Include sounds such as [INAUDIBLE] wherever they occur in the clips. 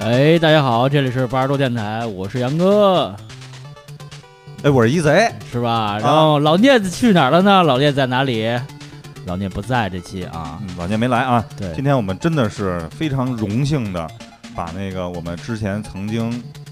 哎，大家好，这里是八十多电台，我是杨哥，哎，我是一贼，是啊吧？然后老聂去哪儿了呢？老聂在哪里？老聂不在这期啊，嗯老聂没来啊。对今天我们真的是非常荣幸的，把那个我们之前曾经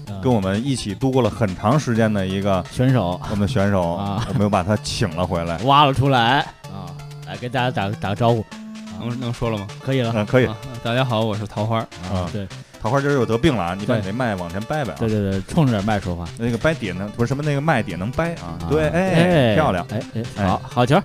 嗯跟我们一起度过了很长时间的一个选手我们的选手，啊我们又把他请了 [LAUGHS] 回来。挖了出来啊，来给大家打个打个招呼，啊能能说了吗？可以了。嗯嗯，可以。啊大家好，我是桃花。啊对桃花今儿又得病了啊，你把对你那麦往前掰掰啊。对对对，冲着点麦说话。那个掰点呢，不是什么那个麦点能掰啊啊？对，哎，漂亮，哎哎，哎好好球儿。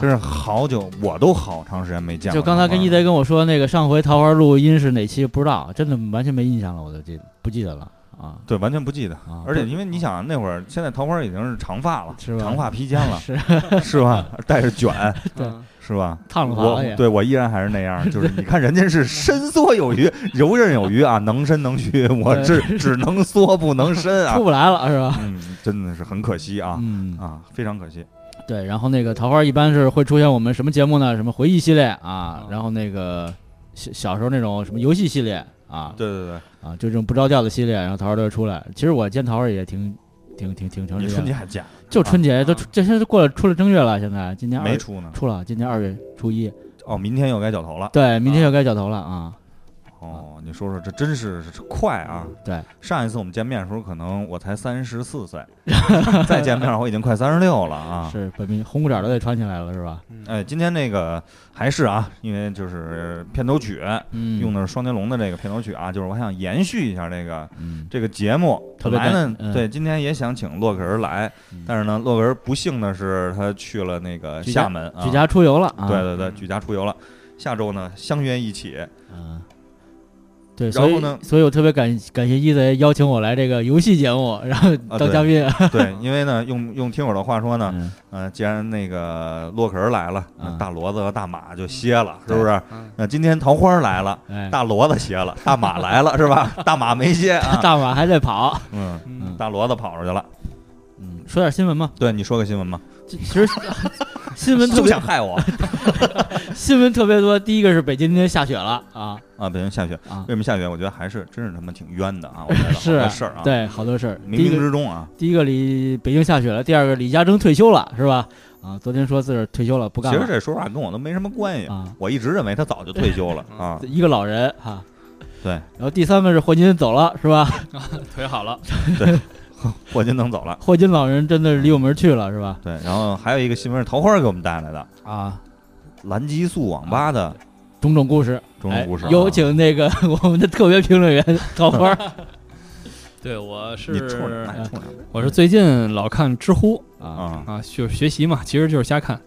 真是好久，我都好长时间没见了。就刚才跟一贼，贼跟我说那个上回桃花录音是哪期不知道，真的完全没印象了，我都记不记得了啊对，完全不记得。啊！而且因为你想啊，那会儿现在桃花已经是长发了，是吧，长发披肩了是 [LAUGHS] 是吧？带着卷，对嗯是吧？烫了发我了也。对我依然还是那样，就是你看人家是伸缩有余，游刃有余啊，能伸能屈，我是只能缩不能伸啊出，不来了是吧？嗯，真的是很可惜啊嗯，啊，非常可惜。对。然后那个桃花一般是会出现我们什么节目呢？什么回忆系列啊啊，然后那个小小时候那种什么游戏系列啊对对对，啊，就这种不着调的系列，然后桃花都会出来。其实我见桃花也挺挺挺挺长你时春间节了，还假就春节都啊出这现在都过了出了正月了，现在今年二没出呢？出了，今年二月初一，哦，明天又该绞头了。对，明天又该绞头了啊。哦，你说说，这真是是快啊！对，上一次我们见面的时候，可能我才三十 [LAUGHS] 四岁，再见面我已经快三十六了啊。是本命红裤衩都得穿起来了是吧？哎，今天那个还是啊，因为就是片头曲，嗯用的是双截龙的这个片头曲啊，就是我还想延续一下这个嗯这个节目。特本别来呢，感嗯对，今天也想请洛克人来，嗯但是呢，洛克人不幸的是他去了那个居家厦门啊，举家出游了啊。对对对，嗯举家出游了。下周呢，相约 [LAUGHS] 一起。嗯，对，然所后以呢所以我特别感感谢一贼邀请我来这个游戏节目，然后当啊对嘉宾。对，因为呢，用用听友的话说呢，嗯呃，既然那个洛克人来了，嗯大骡子和大马就歇了，是不是？嗯，那今天桃花来了，哎，大骡子歇了， [LAUGHS] 大马来了，是吧？大马没歇 [LAUGHS] 啊，大马还在跑。嗯，嗯大骡子跑出去了。嗯，说点新闻吧。对，你说个新闻吧，这其 [LAUGHS] 实新闻特就别想害我新闻特别多。第一个是北京今天下雪了啊啊！北京下雪。啊为，什么下雪？我觉得还是真是他妈挺冤的啊！我觉 [LAUGHS] 得是好多事儿啊，，对，好多事儿。第冥一冥个之中啊，第一个李北京下雪了，第二个李嘉诚退休了是吧？啊，昨天说自个儿退休了，不其干实了这说法跟我都没什么关系。啊，嗯我一直认为他早就退休了啊，一个老人啊。对然后第三个是霍金走了是吧？腿好了，霍金能走了。霍金老人真的是离我们而去了是吧？对，然后还有一个新闻是桃花给我们带来的啊，蓝激素网吧的种种故事，中哎国故事啊。有请那 [LAUGHS] 个我们的特别评论员桃花。对我是你冲着哎冲着我是最近老看知乎啊，啊，啊，就是学习嘛，其实就是瞎看。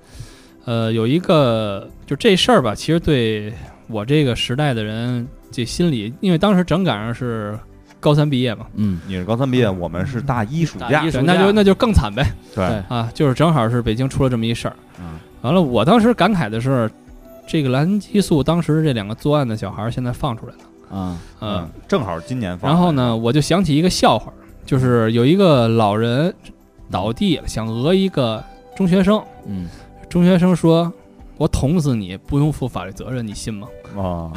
呃，有一个就这事儿吧，其实对我这个时代的人这心理，因为当时正赶上是高三毕业嘛，嗯，你是高三毕业，我们是大一暑大假一，对暑假那就那就更惨呗对对，啊，就是正好是北京出了这么一事儿。嗯完了，我当时感慨的是，这个蓝激素当时这两个作案的小孩儿现在放出来了，啊，呃，嗯，正好今年放。然后？呢，我就想起一个笑话儿，就是有一个老人倒地了，想讹一个中学生，嗯，中学生说：“我捅死你，不用负法律责任，你信吗啊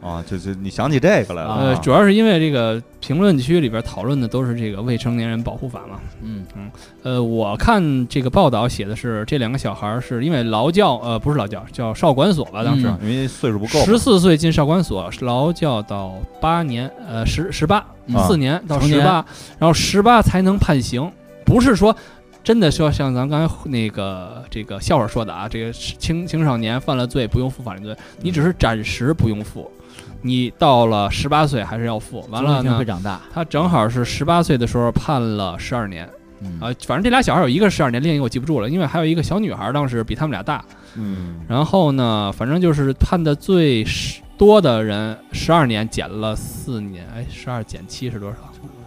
啊，就就你想起这个来？”了呃，啊，主要是因为这个评论区里边讨论的都是这个未成年人保护法嘛。嗯呃，我看这个报道写的是这两个小孩儿是因为劳教，呃，不是劳教，叫少管所吧，当时。嗯因为岁数不够嘛，十四岁进少管所，劳教到八年，呃，十十八嗯啊四年到成十年八，然后十八才能判刑，不是说真的说像咱刚才那个这个笑话说的啊，这个青青少年犯了罪不用负法律责任，你只是暂时不用负，你到了十八岁还是要负。完了总有一天呢会，长大。他正好是十八岁的时候判了十二年嗯啊、反正这俩小孩有一个十二年，另一个我记不住了，因为还有一个小女孩当时比他们俩大，嗯，然后呢，反正就是判的最多的人，十二年减了四年，哎，十二减七是多少？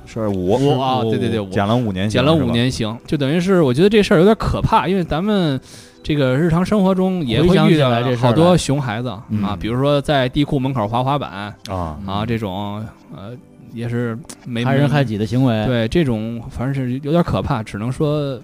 是五五啊对对对五减了五年，减了五，年刑，就等于是我觉得这事儿有点可怕，因为咱们这个日常生活中也回想会遇起到来这事儿好多熊孩子嗯啊，比如说在地库门口滑滑板啊，啊，这种呃也是没嗯害人害己的行为，，对这种反正是有点可怕，只能说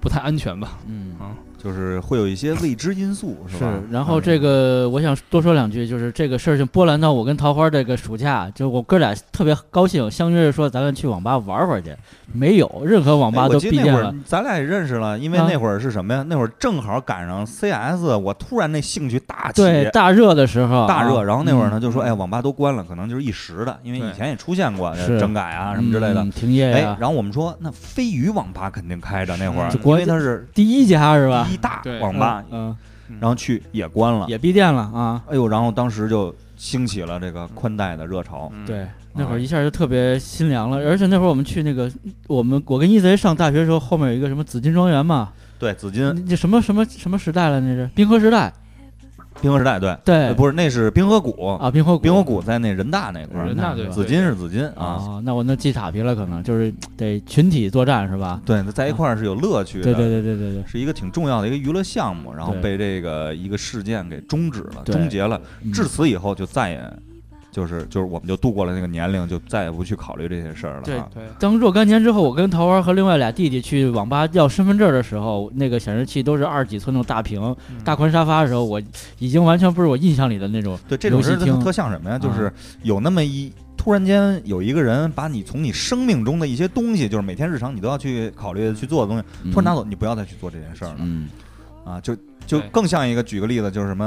不太安全吧。嗯，啊，就是会有一些未知因素，是吧？啊嗯然后这个我想多说两句，就是这个事儿就波兰到我跟桃花这个暑假，就我哥俩特别高兴，相约着说咱们去网吧玩会儿去，没有任何网哎吧我都记闭得那店会了儿。咱俩也认识了，因为啊那会儿是什么呀？那会儿正好赶上 CS，我突然那兴趣大起，对，大热的时候，大热。啊然后那会儿呢，嗯就说哎，网吧都关了，可能就是一时的，因为对以前也出现过是整改啊什么之类的嗯。停业哎，呀然，后我们说那飞鱼网吧肯定开着，那会儿就嗯因国为它是第一家是吧第？一大对网吧，嗯，然后去也关了嗯。也闭店了啊。哎呦，然后当时就兴起了这个宽带的热潮。嗯，对，那哎会儿一下就特别心凉了，而且那会儿我们去那个，我们我跟一贼上大学的时候，后面有一个什么紫金庄园嘛，对，紫金那什么什么什么时代了？那是冰河时代，冰河时代，对，对呃，不是，那是冰河谷，啊，冰河谷，冰河谷在那人大那块儿人大对紫金是紫金啊。啊，那我那记塔皮了，可能就是得群体作战是吧？对，在一块儿是有乐趣的，对对对对对对，是一个挺重要的一个娱乐项目，然后对被这个一个事件给终止了，对终结了。嗯至此以后就再也，就是就是我们就度过了那个年龄，就再也不去考虑这些事儿了对啊。对，当若干年之后，我跟桃花和另外俩弟弟去网吧要身份证的时候，那个显示器都是二十几寸那种大屏、嗯大宽沙发的时候，我已经完全不是我印象里的那种。对，这种事游戏厅特特像什么呀？啊就是有那么一突然间有一个人把你从你生命中的一些东西，就是每天日常你都要去考虑去做的东西，突然拿走，走，你不要再去做这件事儿了嗯，啊！就就对更像一个，举个例子，就是什么，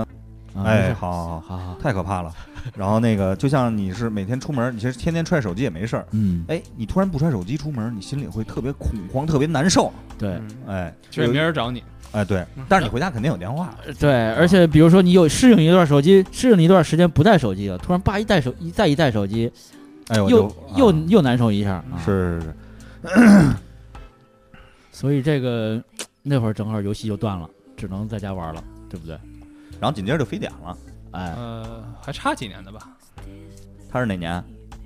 啊哎，没事好好好，好好，太可怕了。然后那个就像你是每天出门，你其实天天揣手机也没事儿。嗯，哎，你突然不揣手机出门，你心里会特别恐慌，特别难受。对嗯哎，其实也没人找你，哎对嗯，但是你回家肯定有电话，对，而且比如说你有适应一段手机，适应一段时间不带手机啊了，突然叭一带手一再一带手机，哎，我就又又啊又难受一下，啊是是是，所以这个那会儿正好游戏就断了，只能在家玩了，对不对？然后紧接着就非典了，哎，呃，还差几年的吧？他是哪年？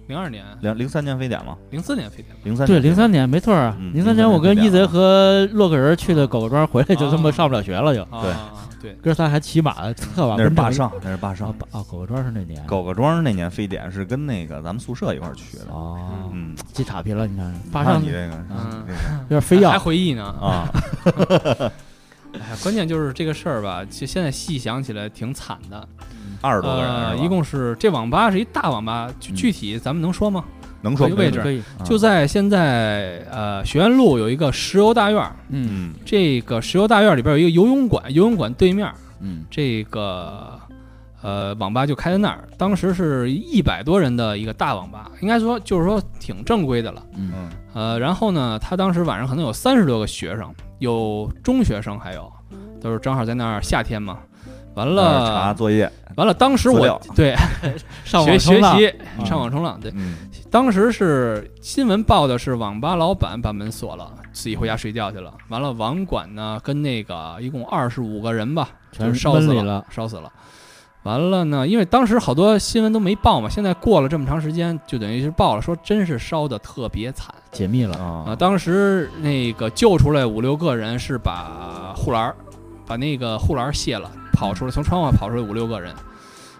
零二年、零零三年非典吗？零四年非典吧，零三对，零三年没错啊嗯，零三年我跟03年一贼和洛克人去的狗狗庄回来，就他妈上不了学了就，对啊，对，哥仨还骑马策马那是奔坝跑上，那是坝上啊，，啊，狗狗庄是那年狗狗庄那年非典是跟那个咱们宿舍一块儿去的，哦，嗯，记岔皮了，你看那坝上你有这个嗯这个点非还要，回忆呢。啊，哎，关键就是这个事儿吧，其实现在细想起来挺惨的。二十多个人是吧呃，一共是这网吧是一大网吧，具嗯具体咱们能说吗？能说有位置可以，啊就在现在呃学院路有一个石油大院儿，嗯嗯这个石油大院里边有一个游泳馆，游泳馆对面儿嗯这个呃网吧就开在那儿，当时是一百多人的一个大网吧，应该说就是说挺正规的了。嗯嗯呃，然后呢，他当时晚上可能有三十多个学生，有中学生，还有都是正好在那儿夏天嘛。完呃查了，作业，完了，当资时我料对 [LAUGHS] 上学网学冲浪习嗯上网冲浪，对，嗯当时是新闻报的是网吧老板把门锁了，自己回家睡觉去了。完了，网管呢跟那个一共二十五个人吧，全就烧死闷里了，了烧死了。完了呢，因为当时好多新闻都没报嘛，现在过了这么长时间，就等于是报了，说真是烧的特别惨解密了，啊。啊，当时那个救出来五六个人是把护栏儿，把那个护栏儿卸了，跑出来，从窗户跑出来五六个人。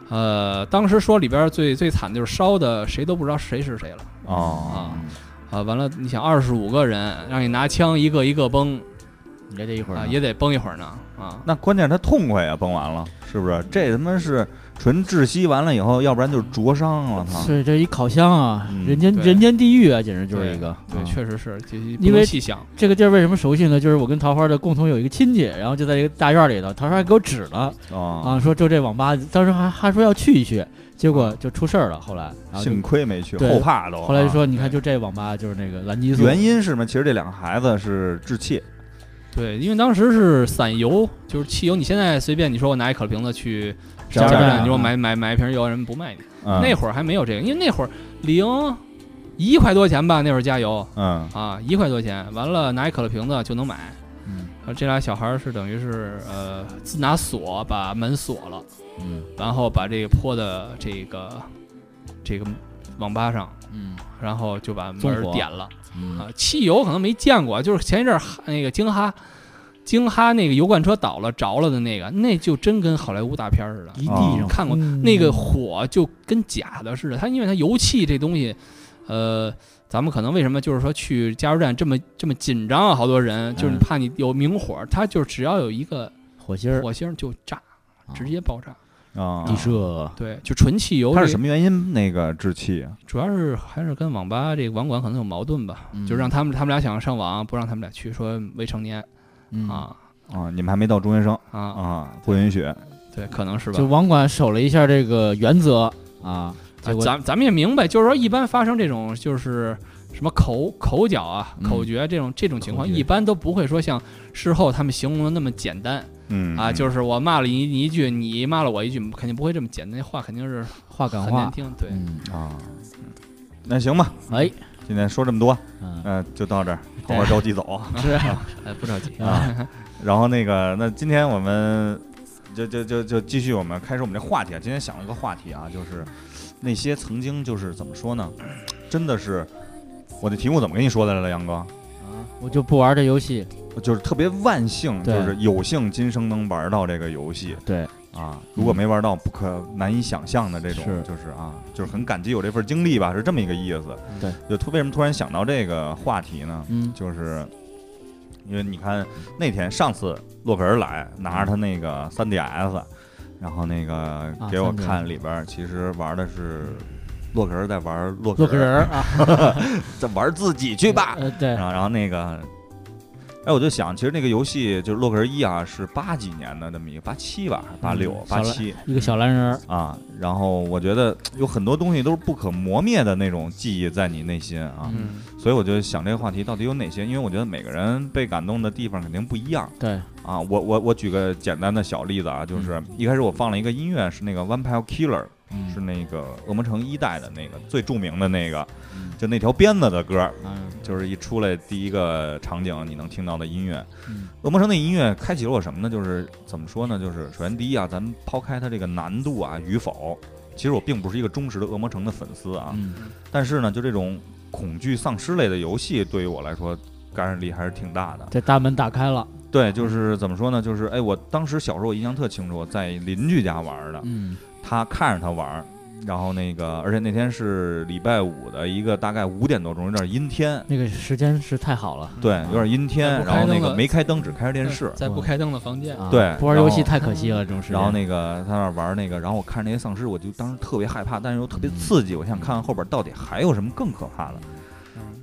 呃，当时说里边儿最最惨的就是烧的，谁都不知道谁是谁了。哦啊啊，完了，你想二十五个人，让你拿枪一个一个崩也得一会儿啊，呢也得崩一会儿呢啊。那关键是他痛快呀，崩完了是不是？这他妈是纯窒息完了以后，要不然就是灼伤，我操！是这一烤箱啊嗯，人间对人间地狱啊，简直就是一个。对，啊确实是，这不因为能细想，这个地儿为什么熟悉呢？就是我跟桃花的共同有一个亲戚，然后就在一个大院里头，桃花还给我指了啊，啊，说就这网吧，当时还还说要去一去，结果就出事儿了。后来，然后就幸亏没去，对后怕都。后来就啊说，你看就这网吧就是那个蓝激素，原因是什么？其实这两个孩子是置气，对，因为当时是散油，就是汽油。你现在随便你说我拿一可乐瓶子去加油油站站，啊你说我买买买一瓶油，人不卖你。嗯那会儿还没有这个，因为那会儿零一块多钱吧，那会儿加油嗯啊，一块多钱。完了拿一可乐瓶子就能买。嗯啊这俩小孩儿是等于是呃自拿锁把门锁了。嗯然后把这个泼的这个这个网吧上，嗯然后就把门纵儿火点了嗯啊。汽油可能没见过，就是前一阵儿哈那个京哈，京哈那个油罐车倒了着了的那个，那就真跟好莱坞大片儿似的，嗯一地上看过嗯那个火就跟假的似的。它因为它油气这东西，呃，咱们可能为什么就是说去加油站这么这么紧张啊？好多人就是嗯怕你有明火，它就只要有一个火星儿火星就炸，啊直接爆炸。啊地热，对，就纯汽油它是这什么原因那个置气啊？主要是还是跟网吧这个网管可能有矛盾吧，嗯就让他们他们俩想上网，不让他们俩去，说未成年嗯啊啊，你们还没到中学生啊，啊，不允许。对，可能是吧就。网管守了一下这个原则啊，结啊果咱咱们也明白，就是说一般发生这种就是什么口口角啊、嗯口角这种这种情况，口角一般都不会说像事后他们形容的那么简单嗯啊，就是是我骂了你你一句，你骂了我一句，肯定不会这么简单，那话肯定是话赶很难话，听。对，嗯，啊，那行吧，哎，今天说这么多，嗯，嗯，就到这儿，等会儿着急 [LAUGHS] 走啊。是啊，哎，不着急啊，然后那个，那今天我们就就就就继续我们开始我们这话题啊。今天想了个话题啊，就是那些曾经就是怎么说呢，真的是我的题目怎么跟你说的来了，杨哥？我就不玩这游戏，就是特别万幸，就对是有幸今生能玩到这个游戏对，啊！如果没玩到，不可难以想象的这种，是就是啊，就是很感激有这份经历吧，是这么一个意思。对，就突为什么突然想到这个话题呢？嗯，就是因为你看那天上次洛克人来拿着他那个 3DS，然后那个给我 3DS 看里边儿，其实玩的是洛克人在玩洛做克个人人，嗯儿啊，在玩自己去吧。呃，对然，后然后那个。哎，我就想，其实那个游戏就是《洛克人一》啊，是八几年的那么一个，八七吧，八六、小八蓝七一个小蓝人儿，啊。然后我觉得有很多东西都是不可磨灭的那种记忆在你内心啊。嗯，所以我就想这个话题到底有哪些？因为我觉得每个人被感动的地方肯定不一样对，啊。我我我举个简单的小例子啊，就是一开始我放了一个音乐，是那个《One Pill Killer》，嗯是那个恶魔城一代的那个最著名的那个，嗯就那条鞭子的歌，嗯就是一出来第一个场景你能听到的音乐。嗯恶魔城那音乐开启了我什么呢？就是怎么说呢？就是首先第一啊，咱们抛开它这个难度啊与否，其实我并不是一个忠实的恶魔城的粉丝啊。嗯但是呢，就这种恐惧丧尸类的游戏，对于我来说感染力还是挺大的。这大门打开了，嗯对，就是怎么说呢？就是哎，我当时小时候我印象特清楚，在邻居家玩儿的，嗯他看着他玩儿，然后那个，而且那天是礼拜五的一个大概五点多钟，有点阴天，那个时间是太好了对，有点阴天，嗯不开然后那灯个了没开灯，只开着电视，在不开灯的房间，啊，对不玩游戏然后太可惜了，这种时间，然后那个他那儿玩儿那个，然后我看着那些丧尸，我就当时特别害怕，但是又特别刺激，我想看看后边到底还有什么更可怕的。嗯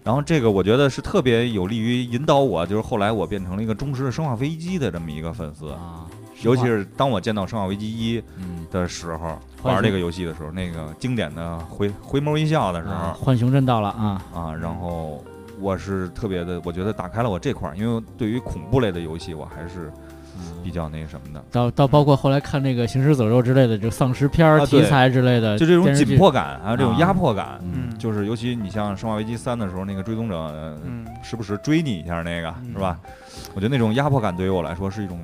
然后这个我觉得是特别有利于引导我，就是后来我变成了一个忠实的《生化危机》的这么一个粉丝，啊，尤其是当我见到《生化危机一》嗯的时候，幻玩想这个游戏的时候，那个经典的回回眸一笑的时啊，候浣熊镇到了啊，啊，然后我是特别的，我觉得打开了我这块儿，因为对于恐怖类的游戏我还是比较那什么的，嗯到到包括后来看那个《行尸走肉》之类的，就丧尸片啊儿对题材之类的，就这种呃电视紧剧，迫感啊还有这种压迫感，嗯嗯就是尤其你像《生化危机三》的时候，那个追踪者呃嗯时不时追你一下那个嗯是吧？我觉得那种压迫感对于我来说是一种，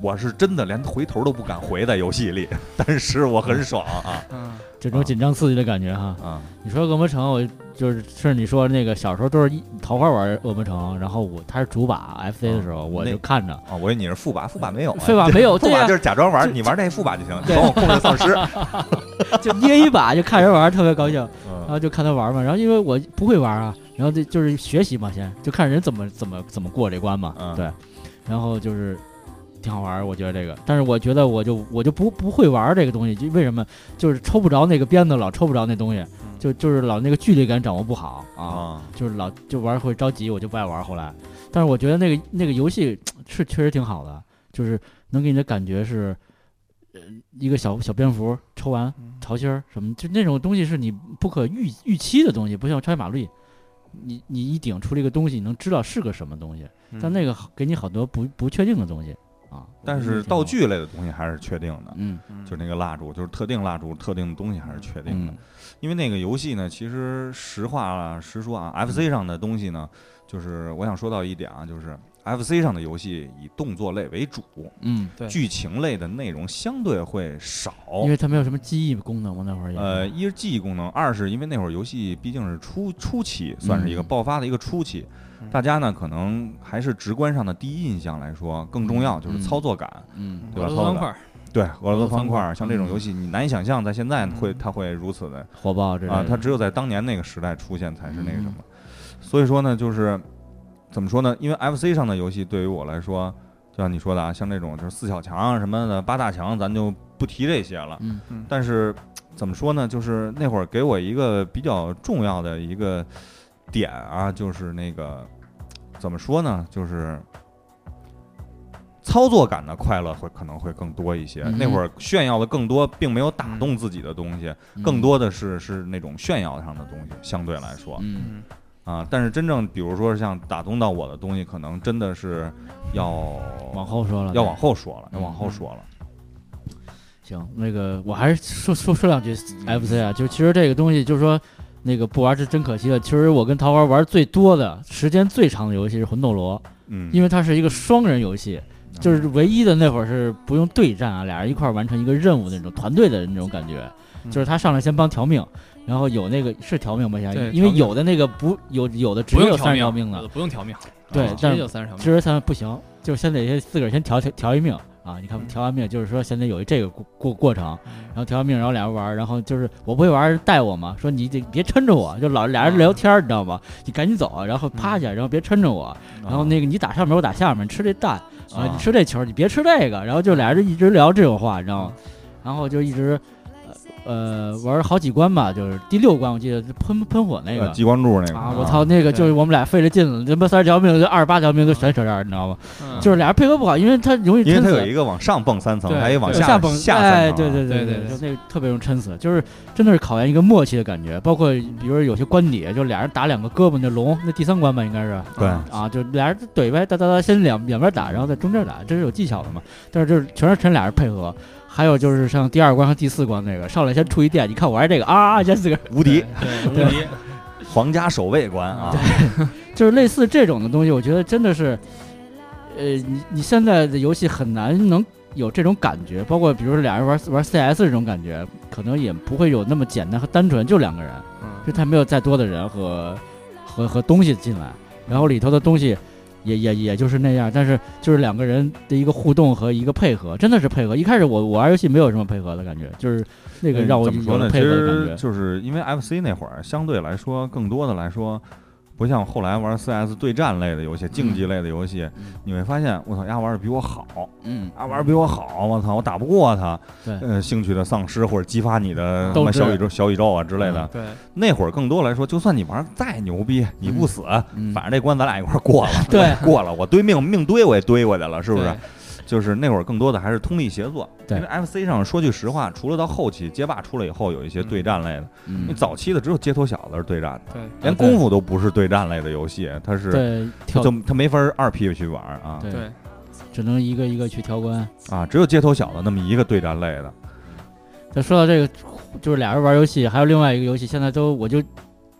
我是真的连回头都不敢回在游戏里， [LAUGHS] 但是我很爽啊嗯这种紧张刺激的感觉哈。啊！你说恶魔城，我就是是你说那个小时候都是一桃花玩恶魔城，然后我他是主把 FC 的时候，我那就看着，啊，我以为你是副把，副把没有啊，非把没 [LAUGHS] 有，副对把呀就，是假装玩，你玩那副把就行，帮我控制丧 [LAUGHS] 尸。就捏一把就看人玩，特别高兴，然嗯后就看他玩嘛。然后因为我不会玩啊，然后这就是学习嘛，先就看人怎么怎么怎么过这关嘛嗯，对，然后就是。挺好玩儿，我觉得这个，但是我觉得我就我就不不会玩儿这个东西，就为什么就是抽不着那个鞭子，老抽不着那东西，就嗯就是老那个距离感掌握不好啊，啊，就是老就玩儿会着急，我就不爱玩儿。后来，但是我觉得那个那个游戏是确实挺好的，就是能给你的感觉是，呃，一个小小蝙蝠抽完嗯桃心儿什么，就那种东西是你不可预预期的东西，不像穿越马路，你你一顶出了一个东西，你能知道是个什么东西，但那个给你好多不不确定的东西啊。但我觉得挺是好道，具类的东西还是确定的，嗯嗯就是那个蜡烛，就是特定蜡烛、特定的东西还是确定的嗯。因为那个游戏呢，其实实话啊实说啊，FC 上的东西呢，就是我想说到一点啊，就是 FC 上的游戏以动作类为主，嗯，对剧情类的内容相对会少。因为它没有什么记忆功能嘛，那会儿也哦呃，一是记忆功能，二是因为那会儿游戏毕竟是初初期，算是一个嗯爆发的一个初期，嗯大家呢可能还是直观上的第一印象来说更重要，就是嗯操作感。嗯对吧螺丝方块儿对俄罗斯方块俄罗斯方儿，像这种游戏，你难以想象在现在会嗯它会如此的火爆这啊，它种只有在当年那个时代出现才是那个什么。嗯所以说呢，就是怎么说呢？因为 FC 上的游戏对于我来说，就像你说的啊，像这种就是四小强啊什么的八大强，咱就不提这些了。嗯嗯但是怎么说呢？就是那会儿给我一个比较重要的一个点啊，就是那个怎么说呢？就是。操作感的快乐会可能会更多一些。嗯那会儿炫耀的更多，并没有打动自己的东西，嗯更多的是是那种炫耀上的东西，相对来说嗯嗯啊，但是真正比如说像打动到我的东西，可能真的是要往后说了要往后说了，要嗯往后说了。行，那个我还是说说说两句 FC 啊，就其实这个东西就是说，那个不玩是真可惜了。其实我跟桃花玩最多的时间最长的游戏是魂斗罗，嗯，因为为它是一个双人游戏，嗯就是唯一的那会儿是不用对战啊，俩人一块儿完成一个任务的那种团队的那种感觉，嗯就是他上来先帮调命。然后有那个是调命吧，现在对因为调命有的那个不有有的只不用有调三十条命呃命的，不用调命，啊对直但接是就三十条其命。实他不行，就先得先自个儿先调调调一命啊！你看调完命，就是说先得有一这个过过过程，然后调完命，然后俩人玩儿，然后就是我不会玩儿带我嘛，说你得别抻着我，就老俩人聊天儿，你知道吗？你赶紧走，然后趴下，然后别抻着我，啊嗯然后那个你打上面我打下面，吃这蛋啊，你吃这球，你别吃这个，然后就俩人一直聊这种话，你知道吗？然后就一直。呃，呃玩儿好几关吧，就是第六关我记得喷喷火那那个，激光呃柱那个啊，我操，，那个就是我们俩费了劲了，他妈三十条命就二十八条命都全扯这儿，你知道吗？嗯就是俩人配合不好，因为他容易因为撑它死。有一个往上蹦三层，对还有往对下蹦下哎，三层啊，对对对对对就那个特别容易撑死，就是真的是考验一个默契的感觉。包括比如有些关底，就俩人打两个胳膊，那龙那第三关吧，应该是对啊啊，就俩人怼呗，哒哒哒，先两两边打，然后在中间打，这是有技巧的嘛。但是就是全是全俩人配合，还有就是像第二关和第四关那个，上来先触一电，你看我玩这个啊啊，啊先四个无敌对嗯无敌，皇家守卫官啊，就是类似这种的东西，我觉得真的是，呃，你你现在的游戏很难能有这种感觉，包括比如说俩人玩玩 CS 这种感觉，可能也不会有那么简单和单纯，就两个人，嗯就他没有再多的人和和和东西进来，然后里头的东西也也也就是那样，但是就是两个人的一个互动和一个配合，真的是配合。一开始我我玩游戏没有什么配合的感觉，就是那个 [LAUGHS] 嗯让我怎么说有呢？了其配合的感实觉。就是因为 FC 那会儿相对来说，更多的来说，不像后来玩 CS 对战类的游戏、竞技类的游戏，嗯你会发现，我操，丫玩的比我好，嗯啊，玩儿比我好，我操，我打不过他。对呃，兴趣的丧失或者激发你的什斗么志嗯小宇宙、小宇宙啊之类的。对，那会儿更多来说，就算你玩儿再牛逼，你不死，嗯，反正这关咱俩一块儿过了， [LAUGHS] 对过了，我堆命命堆我也堆过去了，是不是啊对？？就是那会儿更多的还是通力协作。对因为 FC 上说句实话，除了到后期街霸出来以后有一些对战类的，嗯你早期的只有街头小子是对战的，对连啊对功夫都不是对战类的游戏，它是对跳就它没法儿二 P 去玩儿啊对对，只能一个一个去调关。啊，只有街头小子那么一个对战类的。再说到这个，就是俩人玩游戏，还有另外一个游戏，现在都我就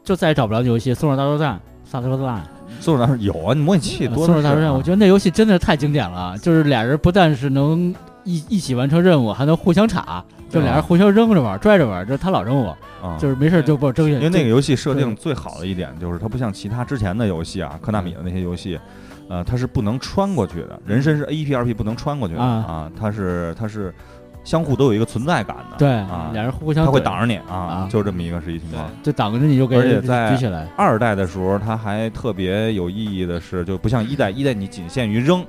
就再也找不着那游戏《松鼠大作战》。萨德克烂，松鼠大叔有啊，你模拟器呃多松的鼠是、啊大作战，我觉得那游戏真的太经典了，就是俩人不但是能一一起完成任务，还能互相插，就俩人互相扔着玩、拽着玩，就他老扔我，啊，就是没事就给我争下因去。为那个游戏设定最好的一点就是它不像其他之前的游戏啊，科纳米的那些游戏，呃，它是不能穿过去的，人参是 A P 二 P 不能穿过去的啊啊，它是它是相互都有一个存在感的，对，啊俩人互相它会怼挡着你啊啊，就是这么一个实际情况。就挡着你就给而且人在举起来。二代的时候，它还特别有意义的是，就不像一代，一代你仅限于扔，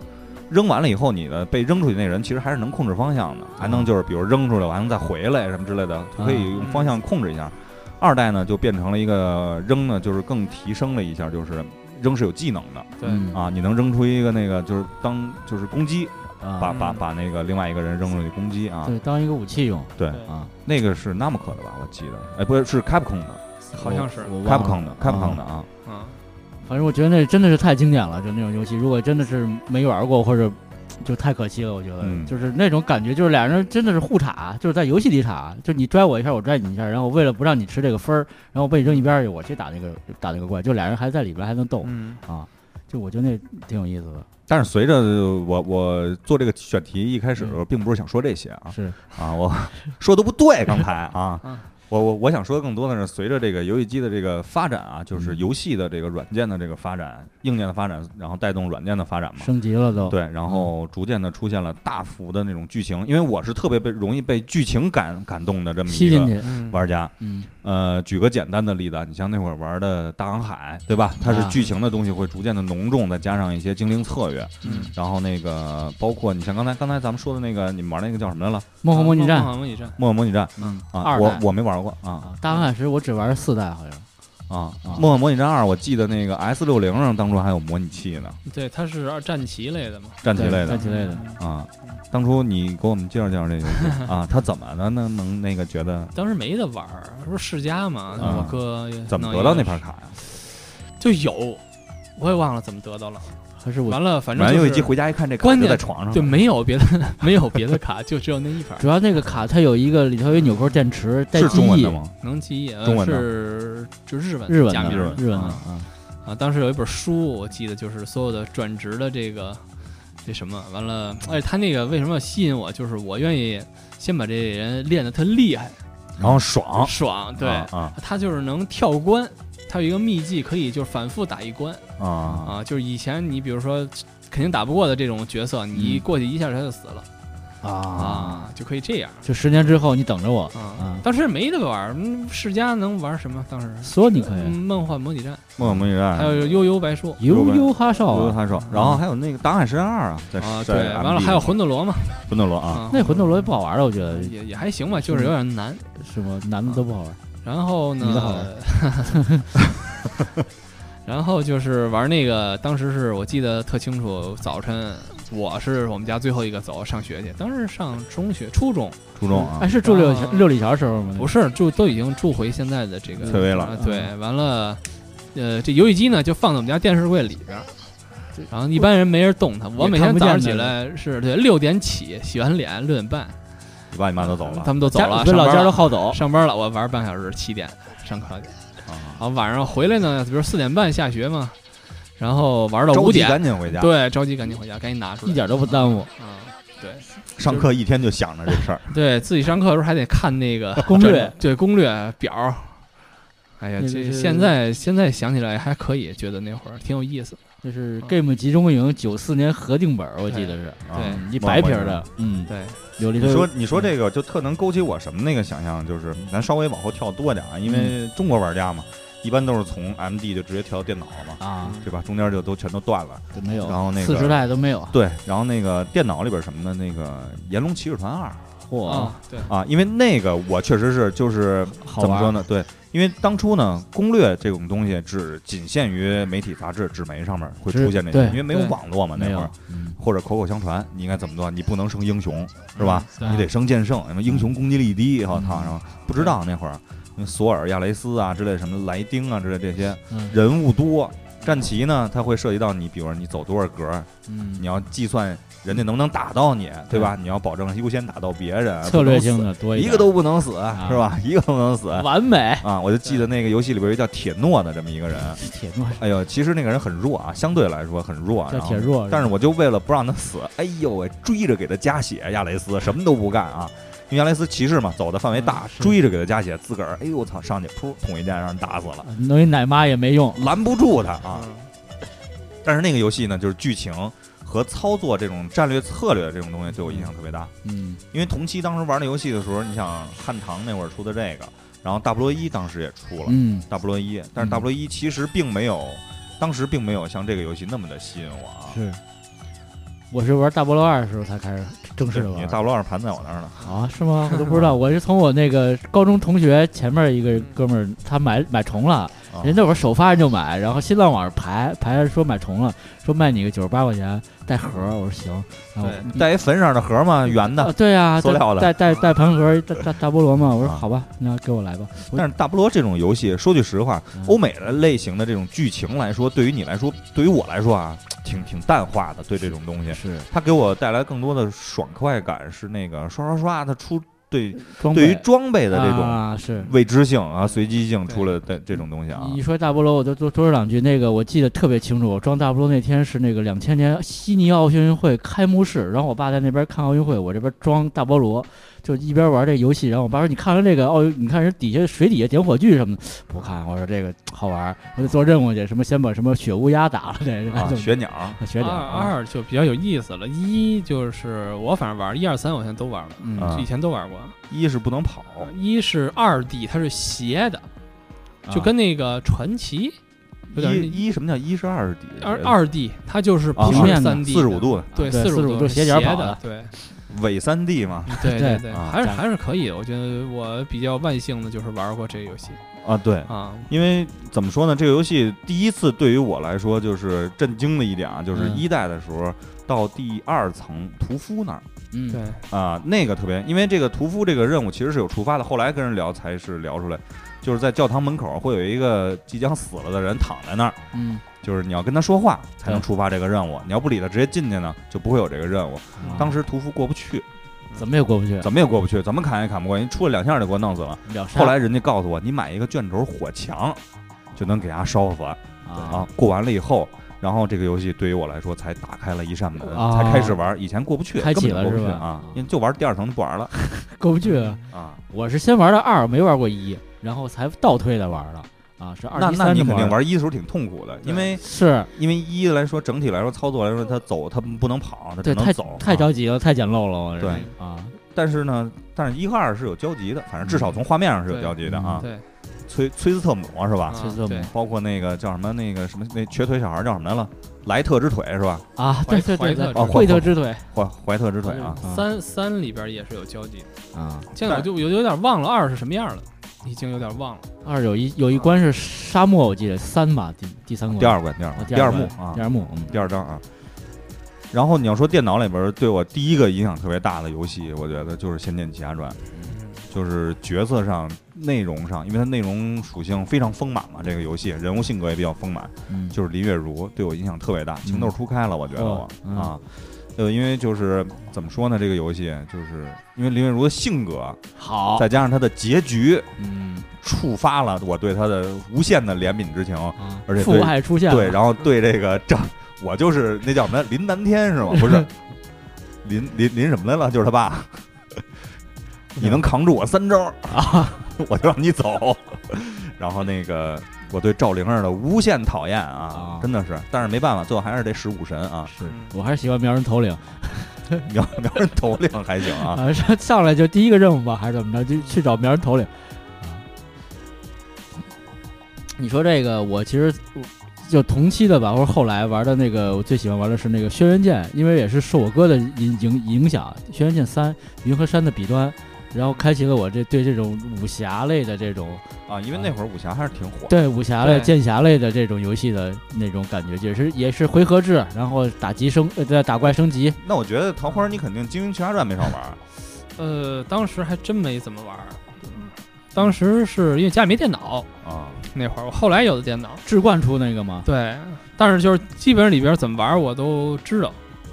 扔完了以后，你的被扔出去那人其实还是能控制方向的，还能就是比如扔出来，还能再回来什么之类的，可以用方向控制一下。二代呢，就变成了一个扔呢，就是更提升了一下，就是扔是有技能的对嗯啊，你能扔出一个那个就是当就是攻击，把啊，把把那个另外一个人扔出去攻击啊，对，当一个武器用对对啊，那个是 Namco 的吧？我记得，哎，不是是 Capcom 的好像是，我忘了，Capcom 的 Capcom 的啊，嗯，反正我觉得那真的是太经典了，就那种游戏，如果真的是没玩过或者就太可惜了，我觉得、嗯就是那种感觉，就是俩人真的是互插，就是在游戏里插，就你拽我一下，我拽你一下，然后为了不让你吃这个分儿，然后我被你扔一边儿去，我去打那个打那个怪，就俩人还在里边还能斗、嗯，啊，就我觉得那挺有意思的，但是随着我我做这个嗯选题一开始的时候，并不是想说这些 [LAUGHS] 啊是啊，我说的不对，刚才啊嗯，我我我想说的更多的是，随着这个游戏机的这个发展啊，就是嗯游戏的这个软件的这个发展、硬件的发展，然后带动软件的发展嘛。升级了都。对，然后逐渐的出现了大幅的那种剧情，因为我是特别被容易被剧情感感动的这么吸一进个去，嗯玩家。嗯，呃，举个简单的例子啊，你像那会儿玩的《大航海》，对吧？它是啊剧情的东西会逐渐的浓重，再加上一些精灵策略，嗯，然后那个包括你像刚才刚才咱们说的那个，你们玩那个叫什么来了？《梦幻模拟战，梦幻模拟战，末日模拟战》嗯，啊，二我代我没玩过啊啊，大航海时我只玩了四代，好像啊，啊《末日模拟战二》，我记得那个 S 六零上当初还有模拟器呢，对，它是二战棋类的嘛，战棋类战的棋类的，啊。当初你给我们介绍介绍这游 [LAUGHS] 戏啊，它怎么了呢？能那个觉得当时没得玩儿，不是世嘉嘛，啊我哥也怎么弄一得个到那盘卡呀？ [LAUGHS] 就有，我也忘了怎么得到了。还是我完了，反正玩就游是戏机回家一看，这卡关就键在床上就了没有别的，没有别的卡，就只有那一盘儿主要那个卡它有一个里头有纽扣电池，带是记中文忆的，吗？能记忆，呃中文的是就日文日文假的，名儿日文的啊啊，啊，当时有一本书，我记得就是所有的转职的这个这什么，完了，而且他那个为什么要吸引我，就是我愿意先把这人练得特厉害，然后爽，爽，对，啊啊他就是能跳关，他有一个秘技可以就是反复打一关啊啊，就是以前你比如说肯定打不过的这种角色，你嗯过去一下他就死了、啊，啊，就可以这样就十年之后你等着我，啊。啊，当时没得玩儿，嗯世嘉能玩什么？当时所有你可嗯以，啊梦幻模拟战，末日模拟战还有悠悠白书悠悠哈少不是啊，他说，然后还有那个《档案十二》啊，在啊，对，在完了 MD 还有魂斗罗嘛魂斗罗啊，啊，那魂斗罗也不好玩了，我觉得也也还行吧，就是有点难。什么男的都不好玩，然后你的好玩呢， [LAUGHS] 然后就是玩那个，当时是我记得特清楚，早晨我是我们家最后一个走上学去，当时上中学、初中，初中啊哎，，是住六啊六里桥时候吗？不是就都已经住回现在的这个翠微了啊对，完了，呃，这游戏机呢就放在我们家电视柜里边儿。然后一般人没人动它，我每看天不早上见起它来是对六点起，洗完脸六点半，你爸你妈都走了他们都走家了，回上老班家了都好走，上班了，我玩半小时，七点上课去。啊，啊，晚上回来呢，比如四点半下学嘛，然后玩到着五急点，赶紧回家，对，着急赶紧回家，赶紧拿出来，一点都不耽误。啊，对上课一天就想着这 [LAUGHS] 事儿，对，自己上课的时候还得看那个攻略整，对攻略表儿。哎呀，那这个是现在现在想起来还可以，觉得那会儿挺有意思。这是嗯啊 Game 集中营九四年核定本儿，我记得是，啊对嗯一白皮儿。末日模拟的战，嗯，对，有里头你有说你说这个就特能勾起我什么那个想象，就是咱稍微往后跳多点啊，因嗯为中国玩家嘛，一般都是从 MD 就直接跳到电脑了嘛，啊，对吧？中间就都全都断嗯了。都没有，然后那个四十代都没有，对，然后那个电脑里边什么的，那个《炎龙骑士团二嚯，啊，对，》啊，因为那个我确实是就是好怎么说玩，呢？对，因为当初呢，攻略这种东西只仅限于媒体、杂志、纸媒上面会只出现这对些，因为没有对网络嘛那没有会儿，，嗯或者口口相传，你应该怎么做？你不能升英雄，是吧？对你得升剑圣，什么英雄攻击力低，我操！嗯然后不知道那会儿，因为索尔、亚雷斯啊之类什么莱丁啊之类这些嗯人物多，战旗呢，它会涉及到你，比如说你走多少格，嗯你要计算人家能不能打到你，对吧？你要保证优先打到别人，策略性不能的多死，点啊一个都不能死，是吧？ [LAUGHS] 一个都不能死，完美， [LAUGHS] 啊，我就记得那个游戏里边有一叫铁诺的这么一个人，铁诺哎呦，其实那个人很弱啊，相对来说很弱，啊叫然后铁若，但是我就为了不让他死，哎呦喂，追着给他加血，亚雷斯什么都不干啊，因为亚雷斯骑士嘛，走的范围大嗯，是追着给他加血，自个儿哎呦我操，上去噗捅一剑让人打死了，弄一奶妈也没用，拦不住他啊。嗯，但是那个游戏呢，就是剧情和操作这种战略策略这种东西对我影响特别大，嗯，因为同期当时玩那游戏的时候，你想汉唐那会儿出的这个，然后大菠萝一当时也出了。嗯，大菠萝一，但嗯是大菠萝一其实并没有，当时并没有像这个游戏那么的吸引我啊。是。我是玩大菠萝二的时候才开始正式对的你玩大菠萝二盘在我那儿呢，啊，是 [LAUGHS] 吗？我都不知道，我是从我那个高中同学前面一个哥们儿，他买买重了，啊人那会儿首发人就买，然后新浪网上排排着说买重了，说卖你个九十八块钱带盒儿，我说行，然后对你嗯带一粉色的盒嘛，圆啊的。对呀，塑带料的带带带盘盒儿大大大菠萝嘛，我说啊好吧，那给我来吧，我但是大菠萝这种游戏，说句实话，嗯欧美的类型的这种剧情来说，对于你来说，对于我来说啊，挺挺淡化的。对这种东西，是它给我带来更多的爽快感是那个刷刷刷，它出对装对于备装备的这种啊是。未知性啊、随机性出了的这种东西啊，你说大菠萝，我就多多说两句。那个我记得特别清楚，我装大菠萝那天是那个两千年悉尼奥运会开幕式，然后我爸在那边看奥运会，我这边装大菠萝，就一边玩这游戏。然后我爸说：“你看完这个奥运，你看人底下水底下点火炬什么的，不看。”我说：“这个好玩，我就做任务去，什么先把什么雪乌鸦打了，这是哎啊，学鸟学点二啊，二就比较有意思了，一就是我反正玩儿一二三，我现在都玩了，嗯啊以前都玩过。一是不能跑，一是二 D，它是斜的，就跟那个传奇有点那一一什么叫一是二十底？二二 D，它就是啊不平是面的三 D，四十五，度的对，对十45度度是斜斜角跑的的，对伪三 D 嘛对对对，啊还是咱还是可以的。我觉得我比较万幸的就是玩过这个游戏啊，对，啊，因为怎么说呢，这个游戏第一次对于我来说就是震惊的一点啊，就是嗯一代的时候到第二层屠夫那儿嗯，对，啊，那个特别，因为这个屠夫这个任务其实是有触发的，后来跟人聊才是聊出来，就是在教堂门口会有一个即将死了的人躺在那儿，嗯，就是你要跟他说话才能对触发这个任务，你要不理他直接进去呢就不会有这个任务。嗯当时屠夫过不去，怎么也过不去，怎么也过不去，怎么砍也砍不过，人出了两下就给我弄死了。秒杀。后来人家告诉我，你买一个卷轴火墙，就能给他烧死啊啊，。过完了以后，然后这个游戏对于我来说才打开了一扇门，啊才开始玩。以前过不去，开启了根本就过不是去吧啊，因为就玩第二层就不玩了过不去。啊。我是先玩的二，没玩过一，然后才倒推的玩的啊，是二那一那三你就肯定玩玩一的时候挺痛苦的，因为是。因为一来说整体来说操作来说，他走他不能跑，他只对，能太走。太啊着急了，太简陋了，我对啊，但是呢，但是一和二是有交集的，反正至少从画面上是有对嗯交集的啊。对崔崔斯特姆是吧？崔斯特啊姆对包括那个叫什么那个什么那瘸腿小孩叫什么来了？莱特之腿是吧？啊，对对对怀对，特之惠特之腿哦怀怀特之腿啊，啊三三里边也是有交集的，啊，现在我就我就有点忘了二是什么样了，已经有点忘了。二有一有一关是沙漠，我记得三吧，第第三关，第二关第二啊关第第二二幕关啊第，二幕，嗯，第二章啊。然后你要说电脑里边对我第一个影响特别大的游戏，我觉得就是《仙剑奇侠传》，嗯就是角色上、内容上，因为它内容属性非常丰满嘛，这个游戏人物性格也比较丰满，嗯，就是林月如对我影响特别大，情窦初开了，我觉得我、嗯啊，呃，因为就是怎么说呢，这个游戏就是因为林月如的性格，哦好，再加上她的结局，嗯触发了我对她的无限的怜悯之情，啊而且，父对爱出现了，对，然后对这个张，我就是那叫什么林南天是吗？不是，林林林什么来了？就是他爸。你能扛住我三招啊， [LAUGHS] 我就让你走。然后那个我对赵灵儿的无限讨厌啊啊，真的是，但是没办法，最后还是得使武神啊，是我还是喜欢苗人头领瞄瞄人头领还行 [LAUGHS] 啊。啊，上上来就第一个任务吧，还是怎么着，就去找苗人头领啊。你说这个，我其实就同期的吧，或者后来玩的那个，我最喜欢玩的是那个《轩辕剑》，因为也是受我哥的影影影响，《轩辕剑三》云和山的彼端，然后开启了我这对这种武侠类的这种啊，因为那会儿武侠还是挺火的。对武侠类、对剑侠类的这种游戏的那种感觉，也是也是回合制，然后打击升呃打怪升级，那我觉得桃花，你肯定《精英奇侠传》没少玩儿呃，当时还真没怎么玩儿，当时是因为家里没电脑，啊。那会儿我后来有的电脑，置冠出那个嘛对，但是就是基本上里边怎么玩儿我都知道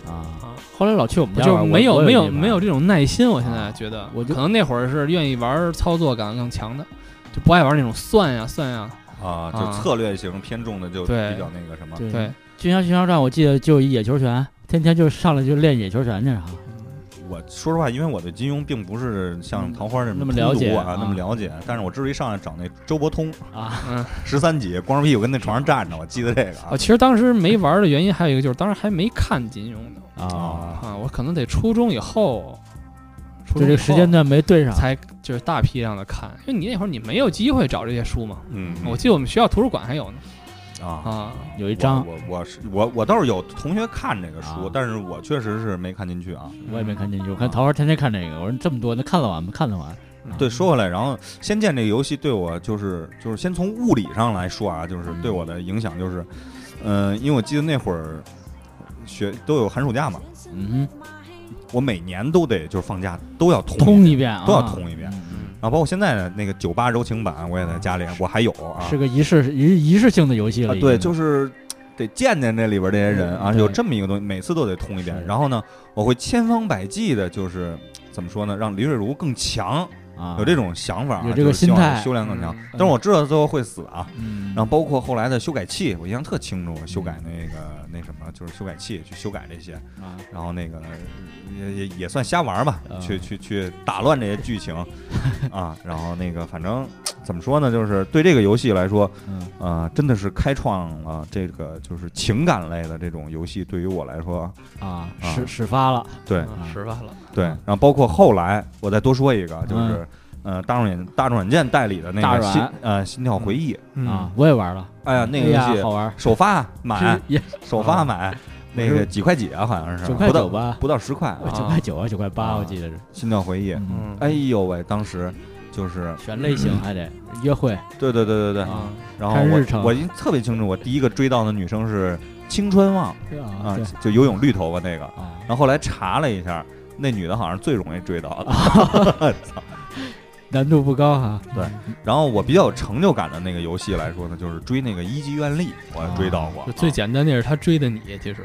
啊。啊，后来老去我们家就玩没我有我没有啊有一把啊没有这种耐心，我现在觉得，我就可能那会儿是愿意玩儿操作感更强的，就不爱玩儿那种算呀算呀，啊，就啊策略型偏重的就对比较那个什么。对对，军校巡校站，我记得就一野球拳，天天就上来就练野球拳去啊。我说实话，因为我对金庸并不是像桃花这嗯那么么了解通读啊，啊那么了解。但是我至于上来找那周伯通啊， [LAUGHS] 嗯，十三集，光着屁股跟那床上站着，我记得这个啊啊，其实当时没玩儿的原因还有一个就是当时还没看金庸呢啊，啊，我可能得初中以后，初就中这以个时间后段没啊对上。才就是大批量的看，因为你那会儿你没有机会找这些书嘛。嗯，我记得我们学校图书馆还有呢啊，啊，有一张我我我是我我倒是有同学看这个书啊，但是我确实是没看进去啊。我也没看进去，我看桃花天天看这个，我说这么多，那看得完吗？看得完。对，嗯说回来，然后《仙剑》这个游戏对我就是就是先从物理上来说啊，就是对我的影响就是，嗯，因为我记得那会儿学都有寒暑假嘛，嗯我每年都得就是放假都要哼，通通一遍啊，都要通一遍嗯然后包括现在的那个酒吧柔情版，我也在家里，我还有啊。是个仪式仪仪式性的游戏啊了。，对，就是是得见见这里边这些人啊，嗯嗯对有这么一个东西，每次都得通一遍是。然后呢，我会千方百计的，就是怎么说呢，让李水如更强，啊，有这种想法啊，有这个就是希望心态修炼更强嗯。但是我知道最后会死啊，嗯，然后包括后来的修改器，我印象特清楚，修改那个那什么，就是修改器去修改这些，啊然后那个也也也算瞎玩儿吧，嗯去去去打乱这些 [LAUGHS] 剧情啊，然后那个反正怎么说呢，就是对这个游戏来说，嗯啊，真的是开创了这个就是情感类的这种游戏，对于我来说，啊，啊始始发了，对嗯十万了，对，然后包括后来我再多说一个，就是呃，大众软大众软件代理的那嗯大个软心呃心跳回忆，啊，，我也玩了，哎呀，那哎个呀游好戏哎玩，首发买是， [LAUGHS] 也首发买，那个几块几啊，好像是九块不到九吧，不到十块啊，九块九啊，九块八，我记得是，心跳回忆，嗯，嗯，哎呦喂，当时就是选类型嗯还得约会对对对对对，啊，然后看日我程我已经特别清楚，我第一个追到的女生是青春望是啊啊对，就游泳绿头发那个。啊然，后后来查了一下，那女的好像是最容易追到的。啊难度不高哈，然后我比较有成就感的那个游戏来说呢，就是追那个一级愿力，我追到啊过。就最简单那是他追的你，其实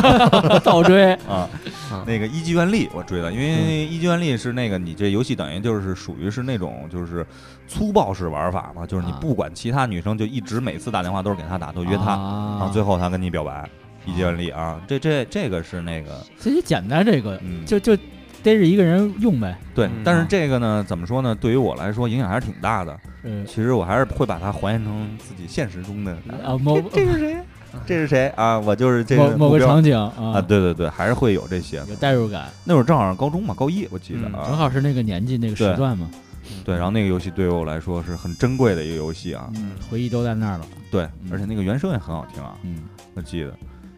[LAUGHS] 倒追，啊， [LAUGHS] 啊那个一级愿力我追的，因嗯为一级愿力是那个你这游戏等于就是属于是那种就是粗暴式玩法嘛，就是你啊不管其他女生，就一直每次打电话都是给她打，都约她，然后啊，最后她跟你表白。一级愿力啊，这这这个是那个，这就简单，这个嗯，就就逮着一个人用呗，对嗯，但是这个呢，怎么说呢？对于我来说影响还是挺大的。嗯其实我还是会把它还原成自己现实中的啊某这是谁？ [LAUGHS] 这是谁啊？我就是这某个某目个标场景啊啊，对对对，还是会有这些。有代入感，那会儿正好上高中嘛，高一我记得嗯正啊。好是那个年纪那个时对段嘛，对，然后那个游戏对于我来说是很珍贵的一个游戏啊。嗯，回忆都在那儿了，对嗯，而且那个原声也很好听啊，嗯。我记得。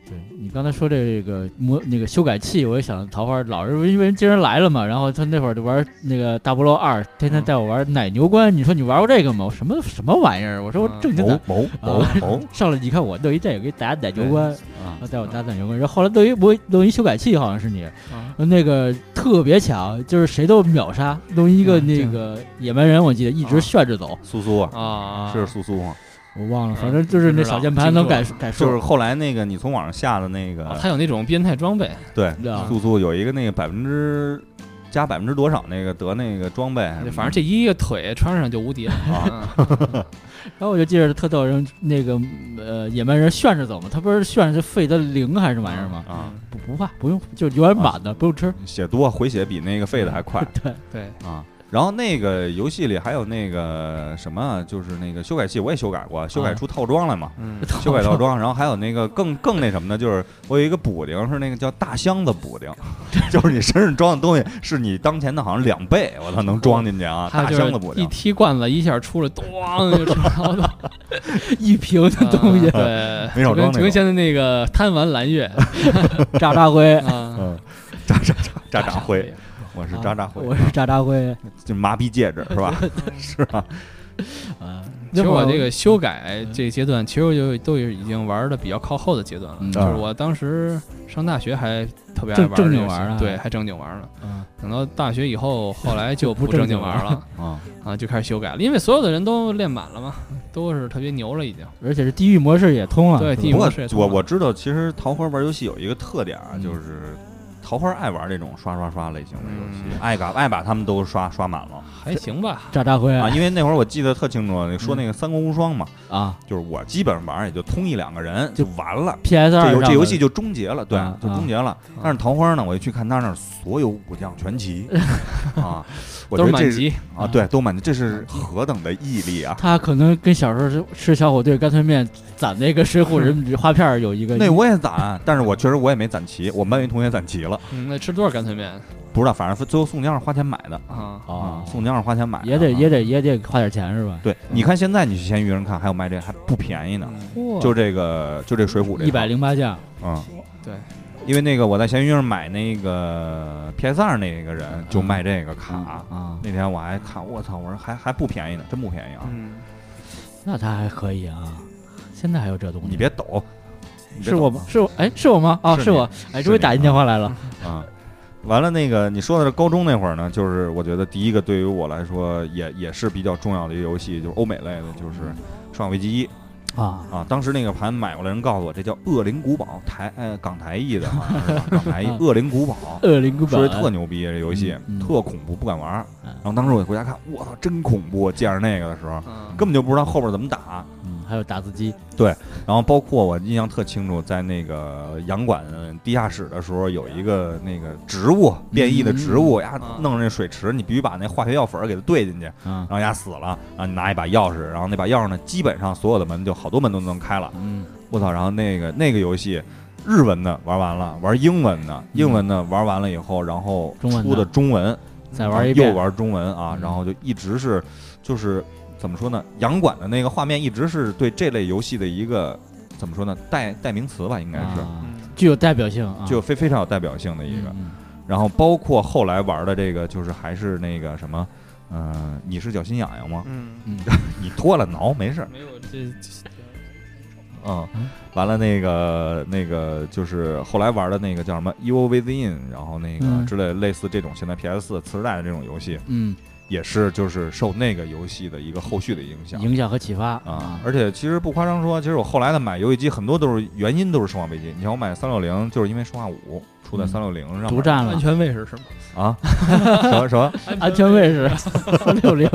对你刚才说这个模那个修改器，我也想到桃花老是因为人今儿来了嘛，然后他那会儿就玩那个大菠萝二，天嗯天带我玩奶牛关。你说你玩过这个吗？我什么什么玩意儿？我说我嗯正经某的。啊某 [LAUGHS] 某某上来你看我弄一这个给打奶牛关，然啊后带我打奶牛关，然后后来弄一我弄一修改器，好像是你啊那个特别强，就是谁都秒杀，弄一个嗯这那样个野蛮人，我记得一直啊炫着走，啊苏苏啊，啊，是苏苏吗？我忘了，嗯反正就是不那知道小键盘听能说改了改数，就是后来那个你从网上下的那个啊，他有那种变态装备，对啊苏苏有一个那个百分之加百分之多少那个得那个装备，反正这一个腿穿上就无 [LAUGHS] 敌了 [LAUGHS] 啊，然后我就记着特逗，人那个呃野蛮人炫着走嘛，他不是炫着费的零还是什么玩意儿吗？啊不不怕，不用，就是原版的，不用吃。写多回血比那个废的还 [LAUGHS] 快。对，啊。然后那个游戏里还有那个什么，就是那个修改器，我也修改过，修改出套装来嘛，啊嗯修改套装。然后还有那个更更那什么的，就是我有一个补丁，是那个叫大箱子补 [LAUGHS] 丁，就是你身上装的东西是你当前的好像两倍，我操，能装进去啊！他大就是箱子补一丁，踢罐子，一下出来，咣就吃到 [LAUGHS] 了 [LAUGHS] 一瓶的东啊西， [LAUGHS] 对，没少装那就跟就种跟现在那个贪玩 [LAUGHS] 蓝月渣渣灰，啊，嗯，渣渣渣渣渣 [LAUGHS] 灰，我是渣渣灰我，是渣渣灰就麻痹戒指是吧？是吧？啊。其实那会我儿这个修改这阶段，其实我就都已经玩的比较靠后的阶段了。嗯就是我当时上大学还特别爱正玩正这经个玩游戏啊对，还正经玩呢。嗯等到大学以后，后来就不不正正经经玩玩了啊，啊，就开始修改了，因为所有的人都练满了嘛，都是特别牛了已经。而且是地狱模式也通了，对地是狱不吧过模式也通我了我知道，其实桃花玩游戏有一个特点啊，嗯就是桃花爱玩这种刷刷刷类型的游戏嗯，爱把爱把他们都刷刷满了还行吧，渣渣灰啊。因为那会儿我记得特清楚，你嗯说那个《三国无双》嘛，啊就是我基本上玩儿也就通一两个人就就完了。 ，PS 这二游这游戏就终结了，对啊，就终结了。但是桃花呢，我一去看他那儿所有武将全 [LAUGHS] 齐啊，我觉都得这是满是级。啊，对，都满级，这是何等的毅力啊！他可能跟小时候吃吃小火队干脆面攒那个水浒人民币花片儿有 [LAUGHS] 一个那我也攒，但是我确实我也没攒齐，我们班有一同学攒齐了。嗯，那吃多少干脆面不知道，反正最后宋江是花钱买的啊？啊啊，，宋江是花钱买的，也得啊也得嗯也得花点钱是吧？对。你看现在你去闲鱼上看，还有卖这还不便宜呢，嗯就这个就这水浒这一百零，零八将，嗯，对，因为那个我在闲鱼上买那个 PS 二那个人就卖这个卡，啊，那天我还看，我操，我说还还不便宜呢，真不便宜啊！嗯，那他还可以啊，现在还有这东西？你别抖，你别是我抖吗？是我哎，是我吗？啊，是是你我哎，是终于你打进电话来了。啊。完了，那个你说的是高中那会儿呢，就是我觉得第一个嗯对于我来说也也是比较重要的一个游戏，就是欧美类的，就是《生化危机一》啊，啊，当时那个盘买过来人告诉我，这叫恶灵古堡台，呃，港台译的，好像是吧港台译恶灵古堡，恶灵古堡说这特牛逼啊这游戏嗯嗯嗯，特恐怖，不敢玩儿。嗯然后当时我就回家看，我操，真恐怖！啊见着那个的时候，嗯，根本就不知道后边怎么打。嗯还有打字机，然后包括我印象特清楚，在那个洋馆地下室的时候，有一个那个植物变异的植嗯物呀啊，弄那水池，你必须把那化学药粉儿给它兑进去，啊，然后丫死了，然后你拿一把钥匙，然后那把钥匙呢，基本上所有的门就好多门都能开了。嗯，我操！然后那个那个游戏，日文的玩完了，玩英文的，英文的玩完了以后，然后嗯中文的出的中文，再玩一然后遍又，玩中文啊嗯，然后就一直是就是怎么说呢？洋馆的那个画面一直是对这类游戏的一个怎么说呢？代代名词吧，应该是。啊嗯具有代表性啊，就非非常有代表性的一个，嗯然后包括后来玩的这个，就是还是那个什么，嗯，你是脚心痒 [LAUGHS] 痒吗？嗯，嗯你脱了挠没事儿，没有这嗯嗯，完了那个那个就是后来玩的那个叫什么 EVO Within，然后那个嗯之类类似这种现在 PS 四次世代的这种游戏，嗯，也是就是受那个游戏的一个后续的影响嗯影响和启发啊。而且其实不夸张说，其实我后来的买游戏机很多都是原因都是《生化危机》，你像我买三六零就是因为《生化五》出在嗯三六零上独占了安全卫士是吗？啊， [LAUGHS] 什么什么，安全卫士三 [LAUGHS] 六零，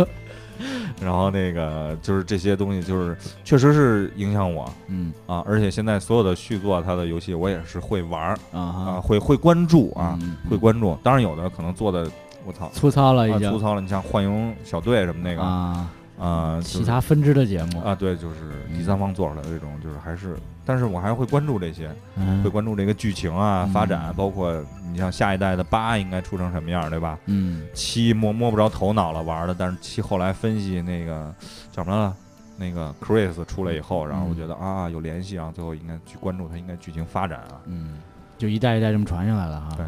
然后那个就是这些东西就是确实是影响我嗯啊，而且现在所有的续作它的游戏我也是会玩儿啊，啊会会关注哈啊。，嗯会关注。当然有的可能做的，我操，粗糙了已啊经粗糙了。你像幻影小队什么那个啊，啊，就其是他分支的节目，啊，对，就是第三方做出来的这种，就是还是，但是我还会关注这些，嗯会关注这个剧情啊嗯发展，包括你像下一代的八应该出成什么样，对吧？嗯七摸摸不着头脑了玩的，但是七后来分析那个叫什么来了。那个 Chris 出来以后，然后嗯我觉得啊有联系啊，最后应该去关注它应该剧情发展啊。嗯，就一代一代这么传下来了哈。对，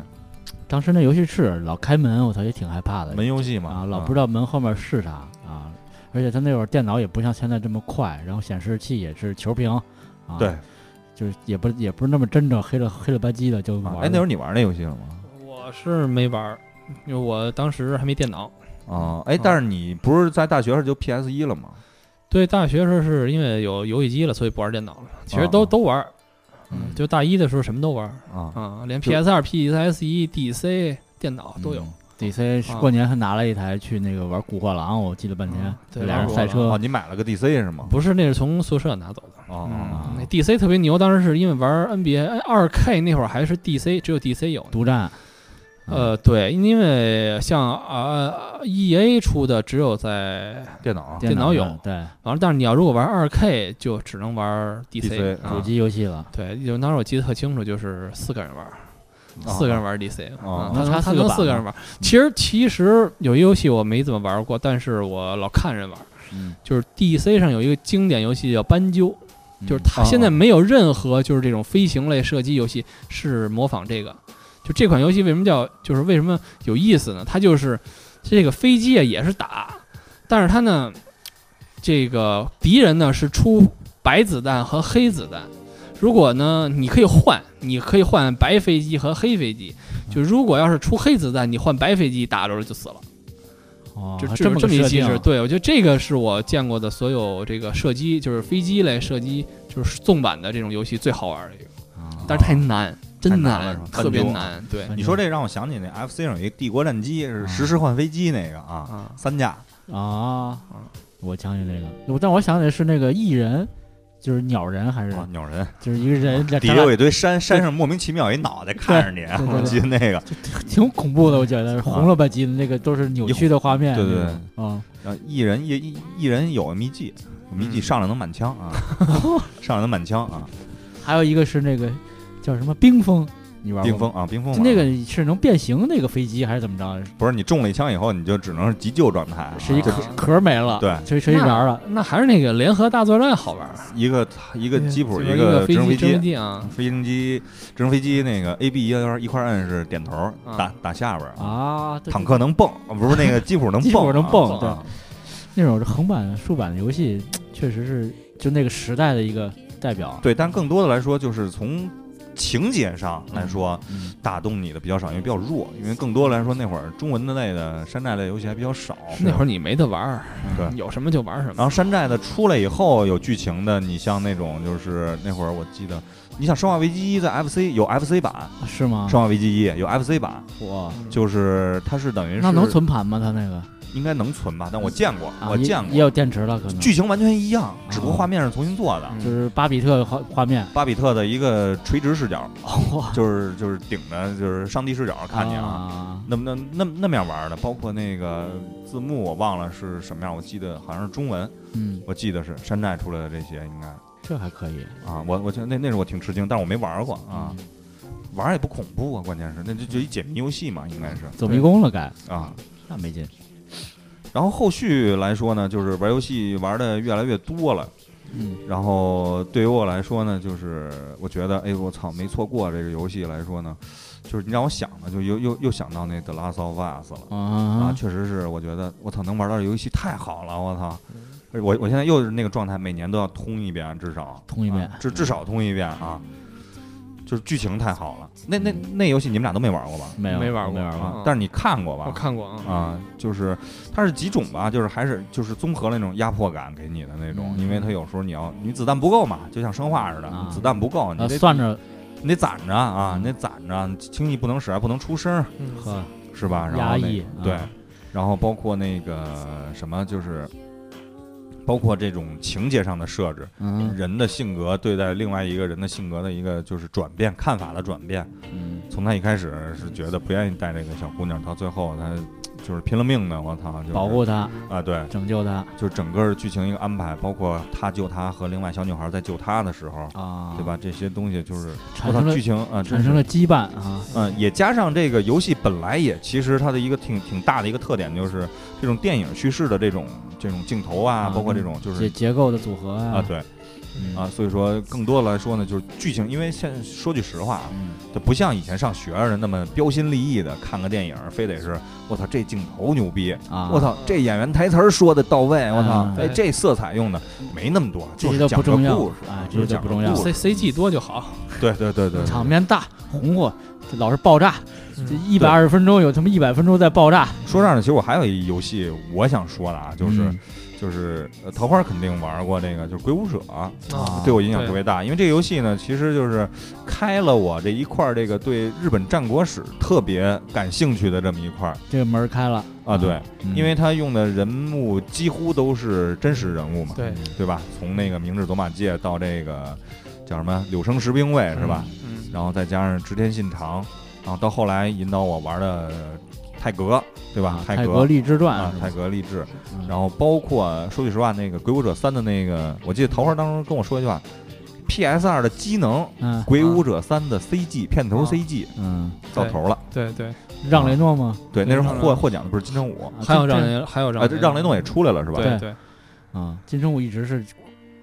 当时那游戏室老开门，我操也挺害怕的门游戏嘛，啊，老嗯不知道门后面是啥啊。而且他那会儿电脑也不像现在这么快，然后显示器也是球屏，啊，对，就是也不也不是那么真正黑了黑了吧唧的就玩啊了。哎，那会儿你玩那游戏了吗？我是没玩儿，因为我当时还没电脑。哦，哎啊，但是你不是在大学时候就 PS 一了吗？对，大学时候是因为有游戏机了，所以不玩电脑了。其实啊都都玩儿，嗯就大一的时候什么都玩儿啊，啊，连就 PS 二、PS 一、DC E 电脑都嗯有。 DC 是啊过年还拿了一台去那个玩《古惑狼》，我记了半天啊，对俩人玩赛古惑车哦，你买了个 DC 是吗？不是，那是从宿舍拿走的。哦嗯，那哦 DC 特别牛，当时是因为玩 NBA 哎二 K 那会儿还是 DC，只有 DC 有。独占，呃，对，因为像啊、EA 出的只有在，哦，电啊脑电脑有啊上嗯对完了，但是你要如果玩二 K 就只能玩 DC， DC 啊主机游戏了，对，就当时我记得特清楚，就是四个人玩儿，啊四个人玩儿 DC，哦他能插能他四个啊能板四个吗人玩儿。其实其实有一游戏我没怎么玩儿过，但是我老看人玩儿，嗯，就是 DC 上有一个经典游戏叫斑鸠，嗯就是它哦现在没有任何就是这种飞行类射击游戏是模仿这个。就这款游戏为什么叫就是为什么有意思呢？它就是这个飞机啊也是打，但是它呢，这个敌人呢是出白子弹和黑子弹。如果呢，你可以换，你可以换白飞机和黑飞机。就如果要是出黑子弹，你换白飞机打着就死了。哦就还这么么个这么一设机定制，啊，对我觉得这个是我见过的所有这个射击，就是飞机类射击，就是纵版的这种游戏最好玩的一个，啊但是太难，真太难了是吧特别笨拙难，对反你正说这让我想起那 FC 上有一个帝国战机，是嗯啊实时换飞机那个啊，啊，三架啊，我想起这个，我但我想起来是那个异人，就是鸟人还是啊，鸟人就是一个人，这底下有一堆山，山上莫名其妙有一脑袋看着你，啊对对我记得那个，挺恐怖的，我觉得红了吧唧的那个都是扭曲的画面，对对对，对，啊，然后一人一一一人有秘技，秘技嗯上来能满枪 [LAUGHS] 啊，上来能满枪啊，还有一个是那个叫什么冰封，你玩过冰吗封啊，冰封就那玩过个是能变形那个飞机还是怎么着？不是你中了一枪以后，你就只能是急救状态啊，是一个壳啊壳没了，对就就一圆了。那还是那个联合大作战好玩儿，啊一个一个吉普，就一是一个直升机飞直机升，机啊，飞行机、直升飞机那个 A B 一块一块按是点头，啊打打下边儿。啊，对坦克能蹦，啊不是那个吉普能蹦啊，基本能蹦，蹦对，那种横版、竖版的游戏，确实是就那个时代的一个代表。啊对，但更多的来说，就是从情节上来说，嗯打动你的比较少，因为比较弱，因为更多来说那会儿中文的类的山寨类游戏还比较少。那会儿你没得玩儿，对有什么就玩什然么。后山寨的出来以后有剧情的，你像那种就是那会儿我记得，你想《生化危机一》在 FC 有 FC 版，啊是吗？《生化危机一》有 FC 版，哇，就是它是等于是那能存盘吗？它那个应该能存吧？但我见过，啊我也见过嗯也，有电池了，可能剧情完全一样，只不过啊画面是重新做的。就是巴比特画画面，巴比特的一个垂直视角，哇， [LAUGHS] 就是就是顶着就是上帝视角看见啊，哦啊，那么那那那么样玩的，包括那个字幕我忘了是什么样，我记得好像是中文，嗯，我记得是山寨出来的这些应该这还可以啊，我我觉得那那是我挺吃惊，但是我没玩过啊，，嗯玩也不恐怖啊，关键是那就就一解谜游戏嘛，应该是嗯走迷宫了该，啊。那没劲，然后后续来说呢，就是玩游戏玩的越来越多了，嗯然后对于我来说呢，就是我觉得，哎，我操，没错过这个游戏来说呢，就是你让我想呢，就又又又想到那《The Last of Us》了。啊，啊，确实是，我觉得我操，能玩到这游戏太好了，我操！嗯而我我现在又是那个状态，每年都要通一遍，至少通一遍啊至至少通一遍啊！就是剧情太好了，那那那游戏你们俩都没玩过吧？没有没玩我过没玩过，啊，但是你看过吧？我看过啊，啊，就是它是几种吧，就是还是就是综合了那种压迫感给你的那种，嗯因为它有时候你要你子弹不够嘛，就像生化似的，啊嗯你子弹不够，你呃，得、算着你得攒着啊，你得攒着，你轻易不能使，还不能出声儿，嗯啊呵，是吧？然压后那抑个啊对，然后包括那个什么，就是包括这种情节上的设置，嗯人的性格对待另外一个人的性格的一个就是转变，看法的转变。嗯从他一开始是觉得不愿意带这个小姑娘，到最后他就是拼了命的，我操，就是保护他，啊，对，拯救他就是整个剧情一个安排，包括他救她和另外小女孩在救他的时候，啊，对吧？？这些东西就是产我操生了剧情啊，真产生是了羁绊啊，嗯，也加上这个游戏本来也其实它的一个挺挺大的一个特点就是这种电影叙事的这种这种镜头啊啊，包括这种就结是结构的组合啊啊，对嗯啊，，所以说更多来说呢，就是剧情，因为现在说句实话啊，嗯它不像以前上学似的那么标新立异的看个电影，非得是我操这镜头牛逼，啊，我操这演员台词儿说的到位，我操嗯哎对这色彩用的没那么多，这就些都是不讲个重要故事啊就是这些都讲不个重要故事 C C G 多就好，对对对对，对场面大，红火，这老是爆炸，嗯这一对百二十分钟有他妈一百分钟在爆炸，说这儿呢，其实我还有一游戏我想说的啊，就是、嗯就是呃桃花肯定玩过这个，就是《鬼武者》啊对我影响对特别大，因为这个游戏呢，其实就是开了我这一块儿这个对日本战国史特别感兴趣的这么一块儿这个门儿开了啊，对，，嗯因为它用的人物几乎都是真实人物嘛，对，对吧？从那个明治走马界到这个叫什么柳生十兵卫是吧？嗯，然后再加上织田信长，然后到后来引导我玩的泰格，对吧啊？泰泰格利之啊传，，泰格励志，嗯然后包括说句实话，那个《鬼武者三》的那个，我记得桃花当时跟我说一句话，PS 二的机能，嗯《鬼武者三》的 CG 片头啊 CG 嗯，到头了，对对，让雷诺吗？对，那是对获获奖的，不是金城武，啊还有这让雷，还有啊，让这让雷诺也出来了是吧？对对，啊，金城武一直是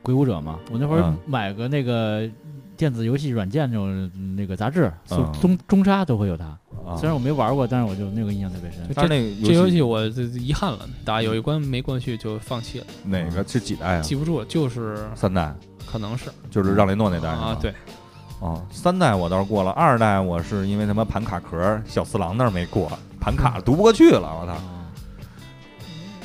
鬼武者嘛，我那会儿嗯买个那个电子游戏软件那种那个杂志，嗯中中沙都会有它，啊，虽然我没玩过，但是我就那个印象特别深，但是那个这游游戏我这这遗憾了，打有一关没过去就放弃了，哪个是几代啊？记不住，就是三代，可能是就是让雷诺那代是吧啊，对，哦，三代我倒是过了，二代我是因为他妈盘卡壳，小四郎那儿没过，盘嗯卡读不过去了，我操！啊，嗯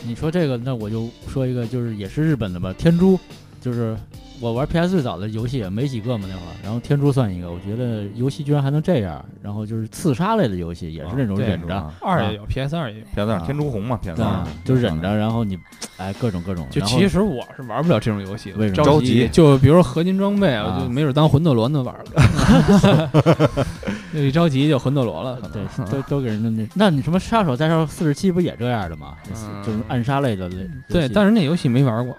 你说这个，那我就说一个，就是也是日本的吧，《天珠》，就是我玩 PS 最早的游戏也没几个嘛那会儿，然后《天珠》算一个，我觉得游戏居然还能这样，然后就是刺杀类的游戏也是那种对嗯忍着，啊二也有，PS 二也有。啊片子上天竺红嘛，片子对上吧，就忍着，然后你哎各种各种，就然后其实我是玩不了这种游戏的，为什么着着急就比如说合金装备，啊我就没准当魂斗罗那玩了，就一着急就魂斗罗了，可能对，都都给人家那，那你什么杀手在上四十七不也这样的吗？嗯就是暗杀类的类。对，但是是那游戏没玩过，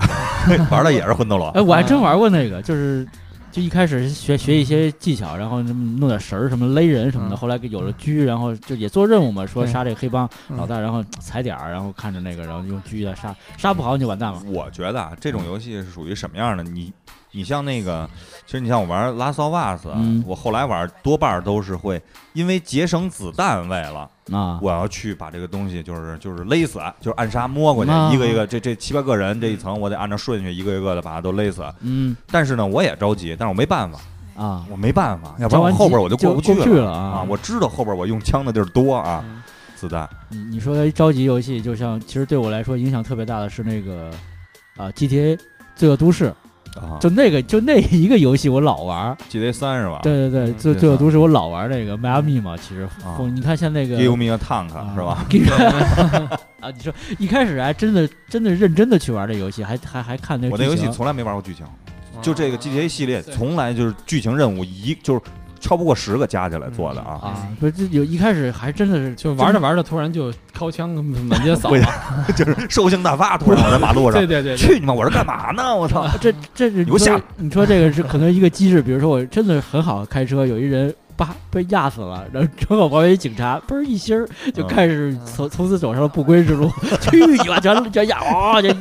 [LAUGHS] 玩的也是魂斗罗哎，我还啊真玩过那个，就是就一开始学学一些技巧，然后什么弄点绳儿什么勒人什么的，嗯后来给有了狙，然后就也做任务嘛，说对杀这个黑帮嗯老大，然后踩点儿，然后看着那个，然后用狙来杀，杀不好你就完蛋了。我觉得啊，这种游戏是属于什么样的？你你像那个，其实你像我玩《拉骚瓦斯》，嗯啊我后来玩多半都是会因为节省子弹为了啊，我要去把这个东西就是就是勒死，就是暗杀摸过去，啊一个一个这这七八个人这一层，我得按照顺序一个一个的把它都勒死。嗯但是呢，我也着急，但是我没办法，啊，我没办法，要不交然我完后级边我就过不不去去了了啊啊！我知道后边我用枪的地儿多啊，嗯子弹你你说着急游戏，就像其实对我来说影响特别大的是那个啊 GTA《罪恶都市》，啊，就那个就那一个游戏我老玩儿， GTA 三是吧？对对对，嗯罪这罪恶算都市我老玩儿这个迈阿密嘛，其实啊疯你看像那个，Give me a tank 啊是吧？？ [LAUGHS] 给啊，你说一开始还真的真的认真的去玩这游戏，还还还看那个我那游剧戏情从来没玩过剧情，嗯就这个 GTA 系列对从来就是剧情任务一就是超不过十个加起来做的啊，啊，不是这有一开始还真的是就玩着玩着，突然就掏枪满街扫不了是。 [LAUGHS] 就是兽性大发，突然我在马路上对，[LAUGHS] 对对，对去你妈！我是干嘛呢？我操！这这是给我你下说你说这个是可能一个机制，比如说我真的很好开车，有一人叭被压死了，然后正好旁边一警察，嘣儿一心儿就嗯开始从从此走上了不归之路， [LAUGHS] 去你妈！全全压哇，就一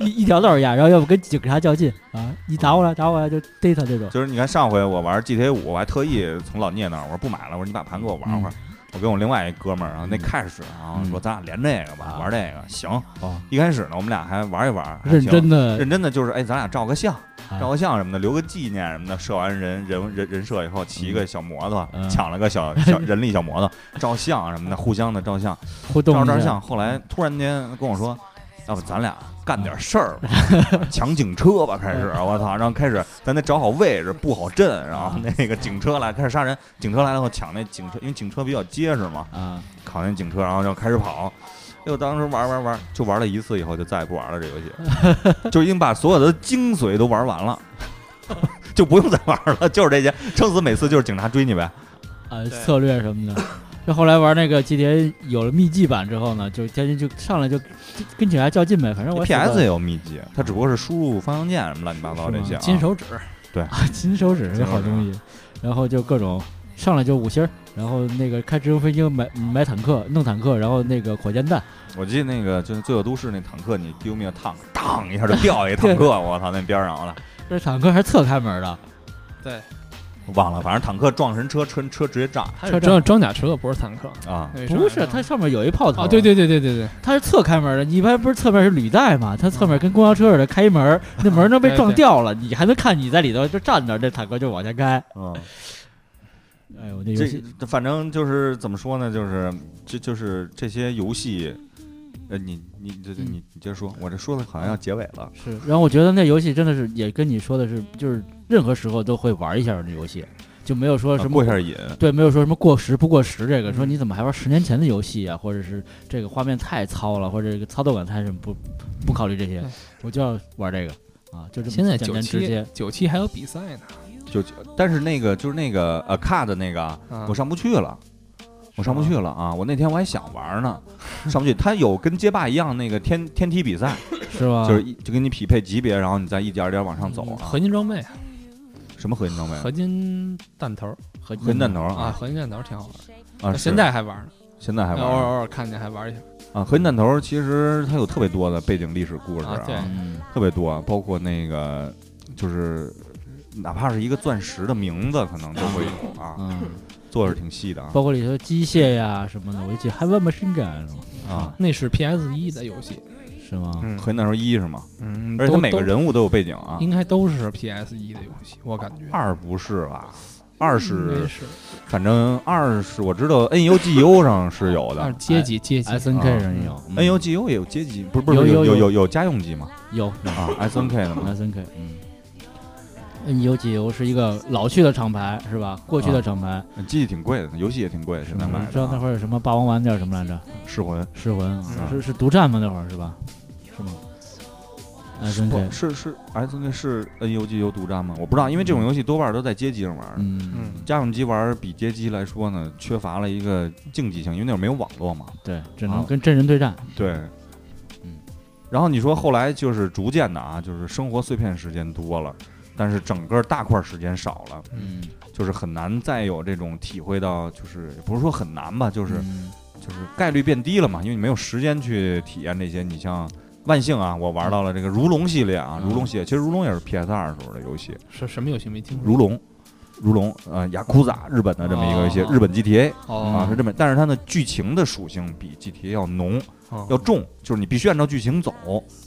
一一条道儿压，然后要不跟警察较劲啊，你打我来打我来就逮他这种。 [LAUGHS] 就是你看上回我玩 GTA 五，我还特意从老聂那儿，我说不买了，我说你把盘给我玩会儿。我跟我另外一哥们儿，然后那嗯开始啊，嗯说咱俩连这个吧，啊玩这个行哦。一开始呢，我们俩还玩一玩，还认行真的认真的就是，哎，咱俩照个相，啊照个相什么的，留个纪念什么的。射完人人人人射以后，骑个小摩托，嗯抢了个小小 [LAUGHS] 人力小摩托，照相什么的，互相的照相，互动照一照下相。后来突然间跟我说，要不咱俩干点事儿吧， [LAUGHS] 抢警车吧，开始我操，然后开始咱得找好位置，布好阵，然啊后那个警车来开始杀人，警车来了以后抢那警车，因为警车比较结实嘛，啊，考那警车，然后就开始跑。哎呦，当时玩玩玩，就玩了一次以后，就再也不玩了这游戏， [LAUGHS] 就已经把所有的精髓都玩完了，就不用再玩了，就是这些，撑死每次就是警察追你呗。呃对策略什么的。就后来玩那个 GTA 有了秘籍版之后呢，就天天就上来就跟警察较劲呗，反正我 PS 也有秘籍，它只不过是输入方向键什么乱七八糟这些、啊。金手指，啊，金手指是金手好指啊东西，然后就各种上来就五星儿，然后那个开直升飞机买买坦克弄坦克，然后那个火箭弹，我记得那个就是《罪恶都市》那坦克，你丢命烫，当一下就掉一坦克， [LAUGHS] 我操，那边上了，这坦克还是侧开门的，对，忘了，反正坦克撞人车，车车直接炸它车是装装甲车，不是坦克。啊！那不上是来它上面有一炮头，啊，对，对对对对对，它是侧开门的，你一般不是侧面是履带嘛，它嗯侧面跟公交车似的开一门儿，那门儿能被对撞对掉了，你还能看你在里头就站那儿，那坦克就往前开，嗯，哎呦那游戏这反正就是怎么说呢，就是这就是这些游戏，呃，你你这这你你接着说，我这说的好像要结尾了。是，然后我觉得那游戏真的是也跟你说的是，就是任何时候都会玩一下那游戏，就没有说啊什么、过一下瘾，对，没有说什么过时不过时这个，说嗯你怎么还玩十年前的游戏啊，或者是这个画面太糙了，或者这个操作感太什么不不考虑这些对，我就要玩这个啊，就这么现在简九单直七接。九七还有比赛呢，就但是那个就是那个呃卡的那个啊，啊我上不去了。我上不去了啊！我那天我还想 [LAUGHS] 玩呢，上不去。它有跟街霸一样那个天天梯比赛，是吧？就是一就给你匹配级别，然后你再一点儿一点儿往上走啊嗯啊合。金装备，什么合金装备啊？合金弹头合合金弹头啊，啊合金弹头挺好玩的，啊！现是在还玩呢，现在还偶玩尔偶啊尔看见还玩一下。啊？合金弹头其实它有特别多的背景历史故事啊对嗯特别多，啊包括那个就是哪怕是一个钻石的名字，可能都会有啊，嗯，做的挺细的啊包括里头机械呀什么的，我就记得还有 machine gun 啊。那是 PS 一的游戏，是吗？嗯合金弹头一是吗？嗯而且它每个都人物都有背景啊。应该都是 PS 一的游戏，我感觉二不是吧？二应该是是反正二是我知道 N U G U 上是有二的阶级阶级 S N K 上也有哎，N 有 U G U 也有阶级，不是不是有有有有有有有家用机吗？有 [LAUGHS] 啊，S N K 的吗？ S N K，嗯，N U G U 是一嗯个老去的厂牌是啊吧？过去的厂牌，机器挺贵的，游戏也挺贵，现在我买嗯知的道那啊。会儿有什么霸王丸叫什么来着？噬魂噬魂啊嗯是是独占吗？那会儿是吧？是吗？S 啊 N 不 K，是是 S N K 是呃 N U G U 独占吗？我不知道，因为这种游戏多半都在街机上玩。嗯，嗯，家用机玩比街机来说呢，缺乏了一个竞技性，因为那会儿没有网络嘛。对，只啊能跟真人对战。对，嗯。然后你说后来就是逐渐的啊，就是生活碎片时间多了，但是整个大块儿时间少了，嗯，就是很难再有这种体会到，就是也不是说很难吧，就就是就是概率变低了嘛，因为你没有时间去体验这些。你像万幸啊，我玩到了这个如龙系列啊，嗯如龙系列，其实如龙也是 PS 二时候的游戏，是什么游戏没听如说？龙如龙呃雅库扎日本的这么一个游戏，哦日本 GTA 啊哦是这么，但是它的剧情的属性比 GTA 要浓哦要重，就是你必须按照剧情走。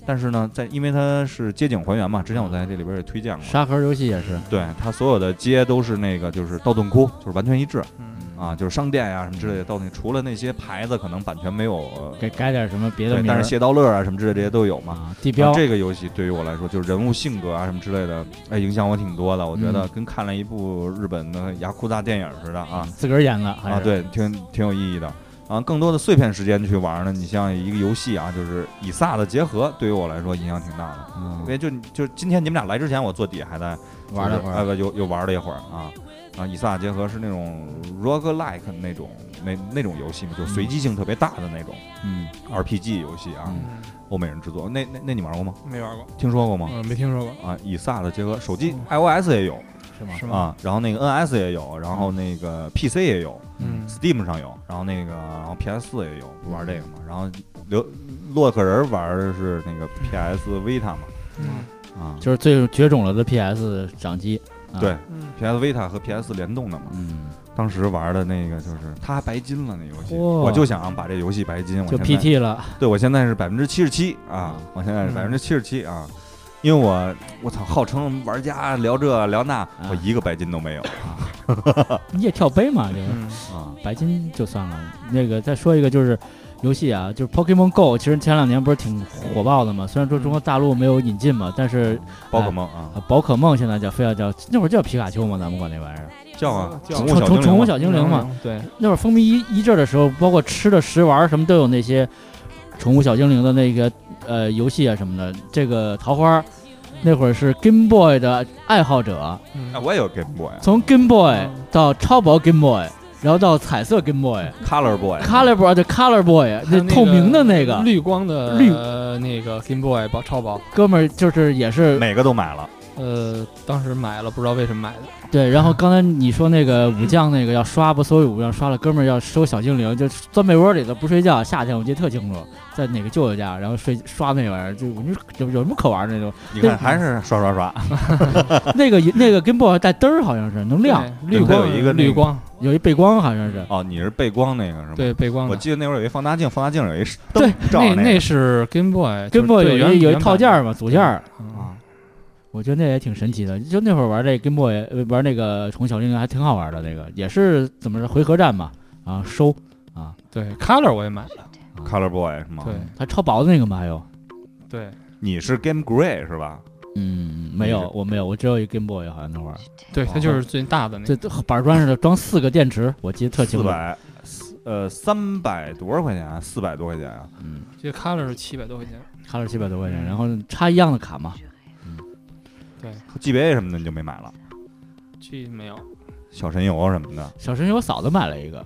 但是呢，在因为它是街景还原嘛，之前我在这里边也推荐过，沙盒游戏也是，对它所有的街都是那个就是道顿窟，就是完全一致嗯啊，就是商店呀、什么之类的道顿，除了那些牌子可能版权没有，呃给改点什么别的对，名但儿是谢刀乐啊什么之类的这些都有嘛。啊，地然标后这个游戏对于我来说，就是人物性格啊什么之类的，哎，影响我挺多的。我觉嗯得跟看了一部日本的牙库大电影似的啊自个儿演的还啊，是对，挺挺有意义的。啊，更多的碎片时间去玩呢，你像一个游戏啊，就是以撒的结合，对于我来说影响挺大的。嗯因为就就今天你们俩来之前，我坐底还在玩了就是会哎儿，不又又玩了一会儿啊啊！以撒结合是那种 roguelike 那种那那种游戏嘛，就是随机性特别大的那种嗯， RPG 游戏啊，嗯欧美人制作。那那那你玩过吗？没玩过，听说过吗？嗯，没听说过，啊，以撒的结合，手机 iOS 也有哦是吗？嗯是吗？啊，然后那个 NS 也有，然后那个 PC 也有嗯， ，Steam 上有，然后那个然后 PS 四也有，不玩这个嗯嘛，然后刘洛克人玩的是那个 PS Vita 嘛，嗯啊，嗯就是最绝种了的 PS 掌机，啊对嗯， PS Vita 和 PS 联动的嘛，嗯，当时玩的那个就是他还白金了那游戏，哇我就想把这游戏白金，我就现在 PT 了，对我现在是百分之七十七啊嗯，我现在是百分嗯之七十七啊。因为我我操，号称玩家聊这聊那，我一个白金都没有你也跳杯嘛，这个。嗯啊！白金就算了。那个再说一个就是游戏啊，就是 Pokemon Go，其实前两年不是挺火爆的嘛。虽然说中国大陆没有引进嘛，但是宝可梦啊，啊宝可梦现在叫非要叫那会儿叫皮卡丘嘛，咱们管那玩意儿。叫啊，叫宠物宠小精宠灵宠物小精嘛灵嘛，，对，那会儿风靡一一阵儿的时候，包括吃的食玩儿什么都有那些宠物小精灵的那个呃游戏啊什么的。这个桃花儿那会儿是 Game Boy 的爱好者，哎，嗯我也有 Game Boy，从 Game Boy 嗯到超薄 Game Boy，然后到彩色 Game Boy。 Color Boy，啊 Color Boy 啊对 Color Boy，还有透明的那个绿光的绿呃那个 Game Boy 包超薄，哥们儿，就是也是每个都买了，呃，当时买了，不知道为什么买的，对。然后刚才你说那个武将那个要刷不搜武将刷了，哥们儿要收小精灵，就钻被窝里头不睡觉。夏天我记得特清楚，在哪个舅舅家，然后睡刷那玩意儿，就我们有有什么可玩的那 [LAUGHS] 种。你看对还是刷刷刷，那个那个 Game Boy 带灯儿好像是能亮，对绿光对有一个那个绿光，有一背光好像是。哦，你是背光那个是吗？，对背光我的。记得那会儿有一放大镜，放大镜有一灯对，照那那那是 Game Boy， Game Boy 就是有对原一有一原版套件儿嘛，组件儿。嗯啊，我觉得那也挺神奇的，就那会儿玩这 Game Boy 呃玩那个宠物小精灵还挺好玩的，那个也是怎么着回合战嘛，啊收啊，对 Color 我也买啊了， Color Boy 是吗？对它超薄的那个嘛还有，对你是 Game Gray 是吧？嗯，没有，我没有，我只有一 Game Boy，好像那会儿，啊对，它就是最大的那这个，这板砖上头装四个电池，我记得特清四楚。百，呃，三百多少块钱啊？四百多块钱啊？嗯，这 Color 是七百多块钱，花了七百多块钱，然后插一样的卡嘛。 GBA 什么的你就没买了，这没有，小神游什么的。小神仙我嫂子买了一个，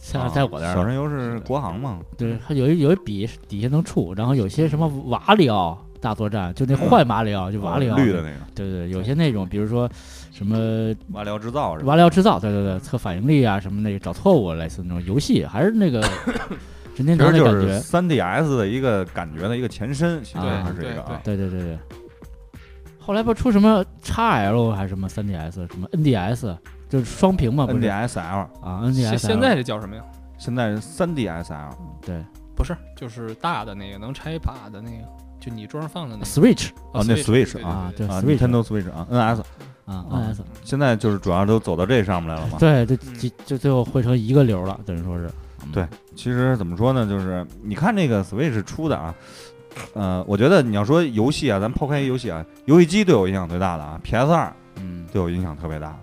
现哦在啊在我这小儿。神游是国行嘛？对，它有一有一笔是底下能触，然后有些什么瓦里奥大作战，就那坏马里奥，就瓦里奥哦绿的。啊那个，对对，有些那种，比如说什么瓦里奥制造是吧？瓦里奥制造，对对对，测反应力啊什么那个找错误类似那种游戏，还是那个 [COUGHS] 任天其实堂的就感是觉。 3DS 的一个感觉的一个前身，其实啊它是一个对啊。对对对对。后来不出什么 XL 还是什么 3DS 什么 NDS，就是双屏嘛，不是 NDSL 啊现 NDS。现在这叫什么呀？现在是 3DSL 对不是，就是大的那个能拆把的那个，就你桌上放的那个 Switch 哦那 Switch， Switch，对啊，对对啊 Switch ，Nintendo Switch 啊，NS 啊啊 NS，现在就是主要都走到这上面来了 [LAUGHS] 嘛。对，这嗯就就最后汇成一个流了，等于说是。嗯对其实怎么说呢，就是你看这个 Switch 出的啊，呃，我觉得你要说游戏啊，咱抛开游戏啊，游戏机对我影响最大的啊，PS 二嗯，对我影响特别大。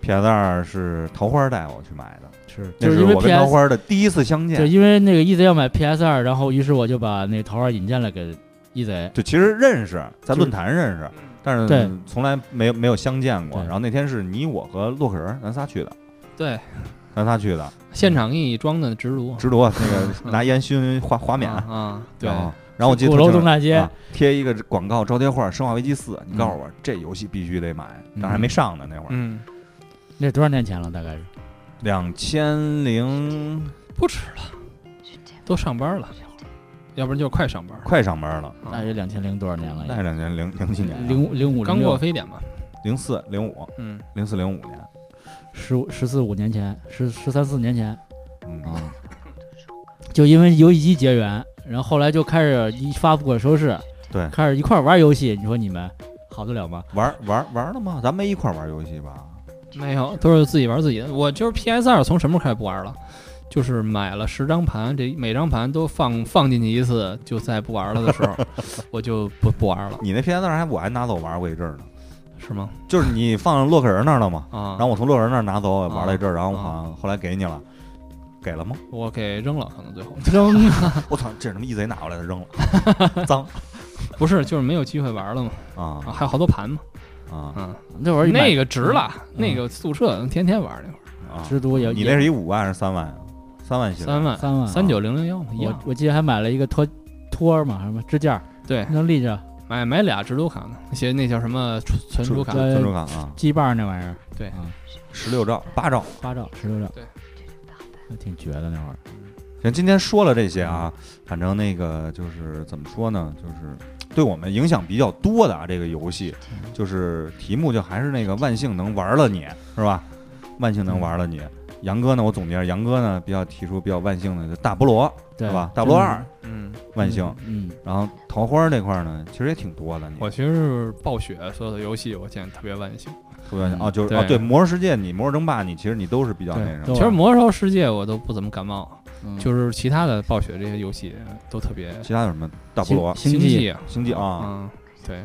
PS 二是桃花带我去买的，是，那就是是因为我跟桃 PS，花的第一次相就见。因为那个 EZ 要买 PS 二，然后于是我就把那个桃花引荐了给 E EZ。就其实认识，就在是论坛认识，嗯但对是从来没有没有相见过。对然后那天是你我和洛克人咱仨去的，对，咱仨哦去的，现场给你装的直炉，直 [LAUGHS] 罗那个拿烟熏画嗯画面，啊啊，对然，后然后我记得鼓特楼清楚东大街嗯啊，贴一个广告招贴画，《生化危机四》，你告诉我、这游戏必须得买，当然还没上呢那会儿，嗯，那多少年前了？大概是两千零不吃了，都上班了，要不然就快上班了，快上班了，啊那也两千零多少年了也？那是两千零零几年了，哎零五零五刚过零非典嘛，零四零五嗯，零四零五啊年，十五十四五年前，十十三四年前嗯，啊， [LAUGHS] 就因为游戏机结缘，然后后来就开始一发不可收拾，对开始一块儿玩游戏，你说你们好得了吗？玩玩玩了吗？咱没一块儿玩游戏吧？没有，都是自己玩自己的。我就是 PS 二从什么时候开始不玩了？就是买了十张盘，这每张盘都放放进去一次，就再不玩了的时候，我就不不玩了，你那 PS 二还我还拿走玩过一阵儿呢，是吗？就是你放洛克人那儿了吗？啊，然后我从洛克人那儿拿走我玩啊了一阵儿，然后我好啊像后来给你了，给了吗？我给扔了，可能最后扔 [LAUGHS] 我操，这是他妈义贼拿过来的扔了，脏 [LAUGHS] 不是，就是没有机会玩了嘛。啊，啊还有好多盘嘛，啊嗯，那会儿那个个值了，那个宿舍天天玩那会儿，啊！知足也你那是一五万还是三万啊？三万系列三万三万啊三九零零幺嘛，一我样。我记得还买了一个托托儿嘛，什么支架儿对，能立着，买买俩直读卡呢，那些那叫什么存存储卡是，存储卡啊，鸡棒儿那玩意儿，对啊，十六兆八兆。八兆十六兆，对，那挺绝的那会儿。行，今天说了这些啊，反正那个就是怎么说呢，就是对我们影响比较多的啊，这个游戏，就是题目就还是那个万幸能玩了你是吧？万幸能玩了你。杨哥呢，我总结是杨哥呢比较提出比较万幸的就大菠萝对是吧？大菠萝二真嗯，是万幸，，嗯，然后桃花这块呢，其实也挺多的，你我其实是暴雪所有的游戏，我现在特别万幸。不愿意哦，就是对哦，对，魔兽世界你魔兽争霸你其实你都是比较那对什都么其实《魔兽世界》我都不怎么感冒，嗯就是其他的暴雪这些游戏都特别其他有什么大菠萝、星际际，啊，星际啊、嗯，对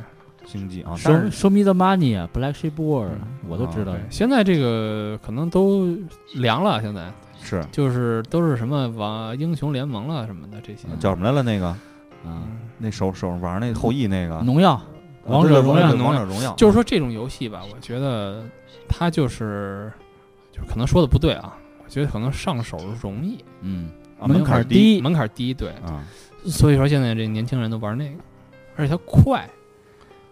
星际啊，但说是啊说 me the money 啊，Black Sheep World，嗯我都知道对。，现在这个可能都凉了，现在是就是都是什么王英雄联盟了什么的这些。叫什么来了那个啊，嗯那手手上玩那后羿那个呃农药，嗯王对者对荣对耀对王荣者荣耀，就是说这种游戏吧，我觉得它就是，就是可能说的不对啊，我觉得可能上手容易，嗯，啊门门槛槛儿低低，门槛低，对，啊。所以说现在这年轻人都玩那个，而且它快。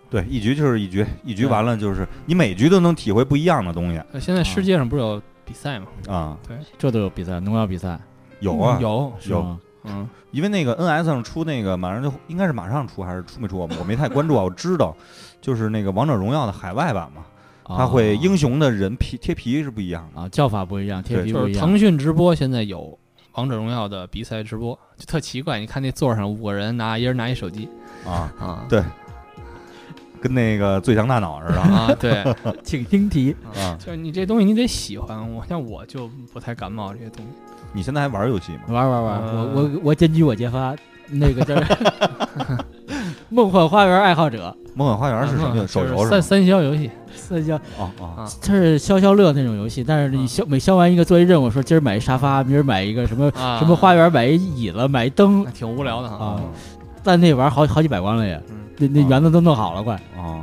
对，一局就是一局，一局完了就是你每局都能体会不一样的东西呃现在世界上不是有比赛吗？嗯啊，这都有比赛，农药比赛有啊，有，是吗？嗯，因为那个 NS 上出那个马上就应该是马上出还是出没出我我没太关注啊，我知道就是那个王者荣耀的海外版嘛，它啊会英雄的人皮贴皮是不一样的，啊，叫法不一样，贴对皮就不一是样。腾讯直播现在有王者荣耀的比赛直播，就特奇怪。你看那座上五个人拿一人拿一手机啊，啊，对跟那个最强大脑似的啊啊，对，请听题，啊。就是你这东西你得喜欢。我像我就不太感冒这些东西。你现在还玩游戏吗？玩玩玩，啊嗯我我我检举我揭发那个叫《 [LAUGHS] [LAUGHS] 梦幻花园》爱好者，梦幻花园是什么嗯呀？手就游是是吗三？三消游戏，这叫哦哦啊它是消消乐那种游戏，但是你啊嗯消每消完一个做一任务，说今儿买一沙发，明儿买一个什么啊什么花园，买一椅子，买一灯那，挺无聊的哈。啊但那玩意儿好好几百关了也嗯，那那啊园子都弄好了，快，哦，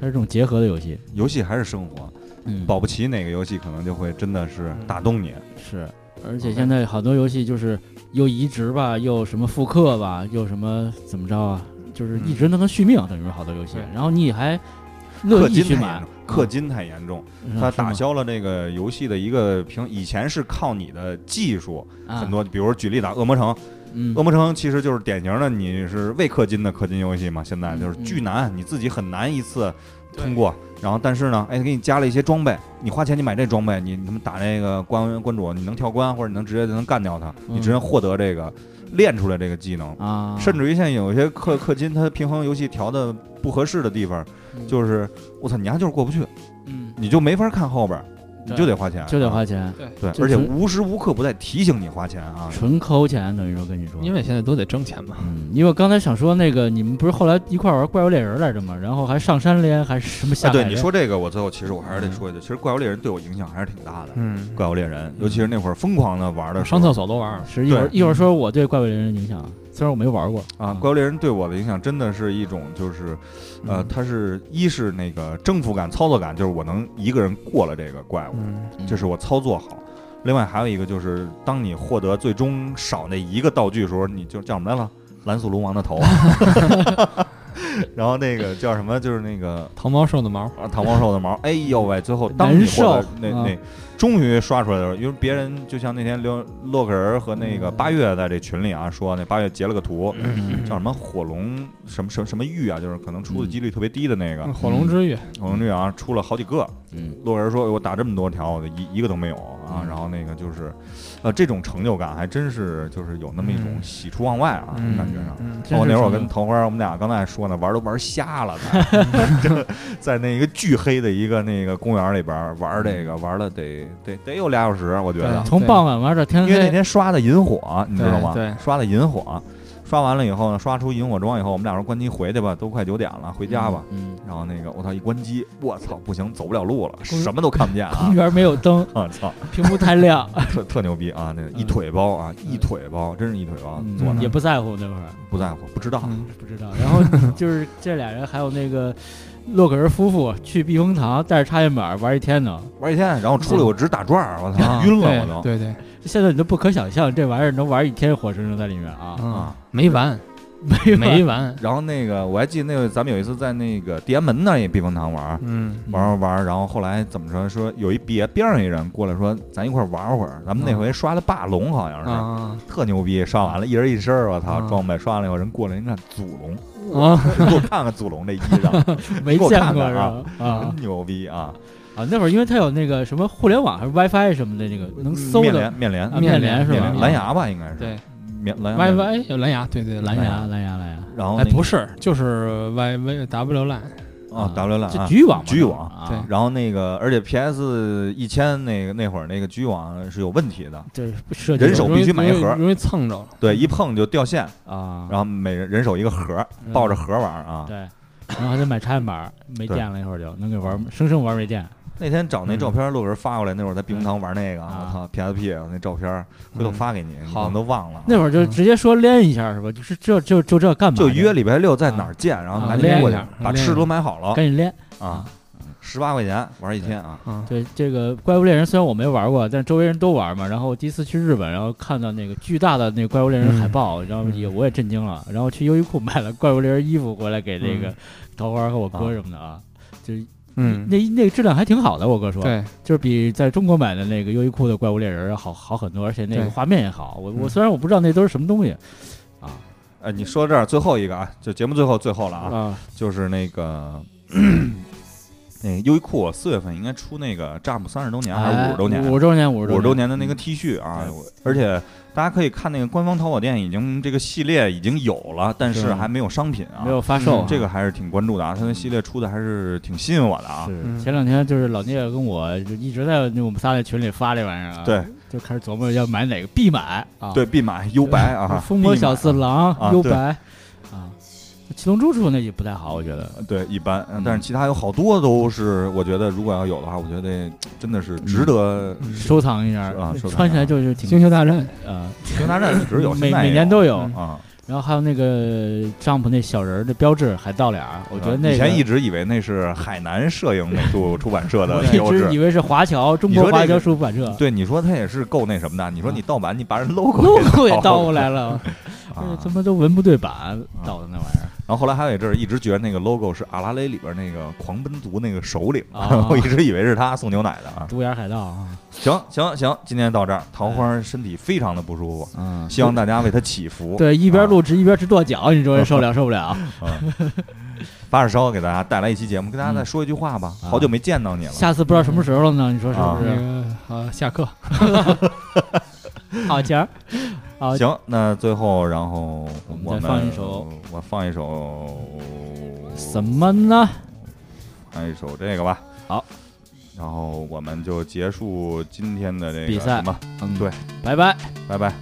它是这种结合的游戏，游戏还是生活，嗯，保不齐哪个游戏可能就会真的是打动你。是，而且现在好多游戏就是又移植吧，又什么复刻吧，又什么怎么着啊，就是一直都能续命，等于说好多游戏对，然后你还乐嗯氪意金去太买严重，，氪金太严重，嗯它是吗打消了这个游戏的一个平。以前是靠你的技术，啊很多，比如举例打《恶魔城》，嗯《恶魔城》其实就是典型的你是未氪金的氪金游戏嘛，现在就是嗯巨难，你自己很难一次对通过。然后，但是呢，哎，给你加了一些装备，你花钱你买这装备，你你他妈打那个关关主，你能跳关，或者你能直接就能干掉他，你直接获得这个练出来这个技能。嗯啊，嗯甚至于现在有一些氪氪金，它平衡游戏调的不合适的地方，嗯就是我操，你丫就是过不去，嗯，你就没法看后边儿，你对就得花钱，啊就得花钱，对，对，就而且纯无时无刻不在提醒你花钱啊。纯抠钱，等于说跟你说，因为现在都得挣钱嘛。嗯，因为我刚才想说那个，你们不是后来一块儿玩怪物猎人来着吗？然后还上山连，还是什么下海啊，对连、你说这个，我最后其实我还是得说一句，其实《怪物猎人》对我影响还是挺大的。嗯《怪物猎人》，尤其是那会儿疯狂的玩的时候啊上厕所都玩儿。是一会儿对嗯一会儿说我对怪物猎人的影响啊，虽然我没玩过啊，《怪物猎人》对我的影响真的是一种，就是，呃，它是一是那个征服感、操作感，就是我能一个人过了这个怪物，嗯，这是我操作好。另外还有一个就是，当你获得最终少那一个道具的时候，你就叫什么来了？蓝素龙王的头，啊 [LAUGHS] 然后那个叫什么，就是那个唐毛兽的毛，啊，唐王兽的毛，哎呦喂！最后当难你获得受那啊那终于刷出来的时候，因为别人就像那天刘洛克人和那个八月在这群里啊说，那八月截了个图，叫什么火龙什么什么什么玉啊，就是可能出嗯的几率特别低的那个嗯火龙之玉，火龙玉啊，出了好几个。嗯，洛克人说，我打这么多条，我一一个都没有啊。嗯然后那个就是，呃，这种成就感还真是就是有那么一种嗯喜出望外啊，嗯感觉上。嗯包哦括那会儿我跟真是桃花儿，我们俩刚才还说呢，玩儿都玩儿瞎了， [LAUGHS] 就在那个巨黑的一个那个公园里边儿玩儿嗯这个，玩儿了得得得有俩小时，我觉对得啊，从傍晚玩到天因为那黑，天刷的引火，你知道吗？对对刷的引火，刷完了以后呢，刷出引火庄以后，我们俩说关机回去吧，都快九点了，回家吧。嗯，然后那个我操一关机，我操不行，走不了路了，什么都看不见啊公！园没有灯，我操，屏幕太亮，特特牛逼啊！那一腿包啊，一腿包，真是一腿包，嗯坐那也儿不在乎那会儿。不在乎，不知道。嗯不知道。然后就是这俩人还有那个洛克人夫妇去避风塘，带着插线板玩一天呢。玩一天，然后出来我直打转儿，我操， [LAUGHS] 啊晕了我都。对对现在你都不可想象，这玩意儿能玩一天，活生生在里面啊，啊啊，没完嗯没没完完，然后那个我还记得那个咱们有一次在那个地安门那儿也避风塘玩儿，嗯玩儿玩儿，然后后来怎么说说有一别边上一人过来说咱一块儿玩会儿，咱们那回刷的霸龙好像是、啊特牛逼，刷完了一人一身儿，我操啊装备刷完了以后人过来，你看祖龙， [LAUGHS] 啊，给我看看祖龙这衣裳，嗯没够见看过的是吧？啊真牛逼啊！啊，那会儿因为它有那个什么互联网还是 WiFi 什么的，那个能嗯搜嗯面的联面联啊，联面联是面吧联？蓝牙吧应该是对面蓝牙，Y 面联， Y 有蓝牙，对对蓝蓝牙，牙，蓝牙，蓝牙，然后那哎个不是，就是 Y Y W 蓝，啊 W 蓝就啊局域网嘛，局域网啊对，然后那个，而且 PS 一千那个那会儿那个局域网是有问题的，就是设计人手的必须买一盒容易容易蹭着了。对，一碰就掉线，啊，嗯然后每人人手一个盒，嗯抱着盒玩儿啊。对，然后还得买插线板，没对电了，一会儿就能给玩，生生玩没电，那天找嗯那照片，洛哥发过来，那会儿在避风塘玩那个，啊我操 PSP 那照片，回头发给你，你可嗯好能都忘了。啊那会儿就嗯直接说连一下是吧？就是这就就这干嘛就去？约礼拜六在哪儿见，然后啊赶紧过去练一下，把练一吃下的都买好了赶紧连。啊，十八块钱玩一天啊。啊，对这个怪物猎人，虽然我没玩过，但周围人都玩嘛。然后我第一次去日本，然后看到那个巨大的那个怪物猎人海报，然后也我也震惊了。然后去优衣库买了怪物猎人衣服回来给那个嗯桃花和我哥什么的啊，就嗯，那那个质量还挺好的。我哥说，对，就是比在中国买的那个优衣库的怪物猎人要好好很多，而且那个对画面也好。我我嗯虽然我不知道那都是什么东西哎，你说到这儿最后一个啊，就节目最后最后了啊，啊，就是那个。那个优衣库四月份应该出那个丈姆三十周年还是五十周年啊？哎五十周年，五嗯十五十周周年的那个 T 恤啊，我而且大家可以看那个官方淘宝店，已经这个系列已经有了，但是是还没有商品啊。没有发售啊，这个还是挺关注的啊，它那系列出的还是挺吸引我的啊。是嗯前两天就是老聂跟我就一直在我们仨在群里发这玩意儿啊，对，就开始琢磨要买哪个必买啊，对，必买优白 [LAUGHS] 啊，疯魔小次必买啊郎、幽对白啊，七龙珠出那也不太好，我觉得啊对一般，嗯但是其他有好多都是我觉得如果要有的话，我觉得真的是值得收藏一下是啊收藏一下穿起来就是星挺球大战，嗯啊，星大战只 [LAUGHS] 有，每现在每也年都有。啊。然后还有那个 Jump 那小人儿的标志海盗脸儿，我觉得那啊以前一个直以为那是海南摄影美术出版社 [LAUGHS] 的我标 [LAUGHS] 一志直，以为是华侨中国你说华这侨个出版社对，你说他也是够那什么的。你说你盗版，你把人 logo 嗯，logo 也也倒倒过 [LAUGHS] 过来了，啊这他妈都文不对版倒的那玩意儿。然后后来还有一阵儿一直觉得那个 logo 是阿拉蕾里边那个狂奔族那个首领，啊 [LAUGHS] 我一直以为是他送牛奶的啊。独眼海盗啊，行行行，今天到这儿，桃哎花身体非常的不舒服，嗯，希望大家为啊他祈福。对，一边录制一边直跺脚，你 [LAUGHS] 说受不了受不了。发着烧给大家带来一期节目，跟大家再嗯说一句话吧，啊好久没见到你了。下次不知道什么时候了呢，你说是啊不那是？个呃下课，好钱儿，好行，那最后然后我们我再放一首，我放一首什么呢？放一首这个吧。好，然后我们就结束今天的这个比赛什么，嗯对，拜拜。拜拜。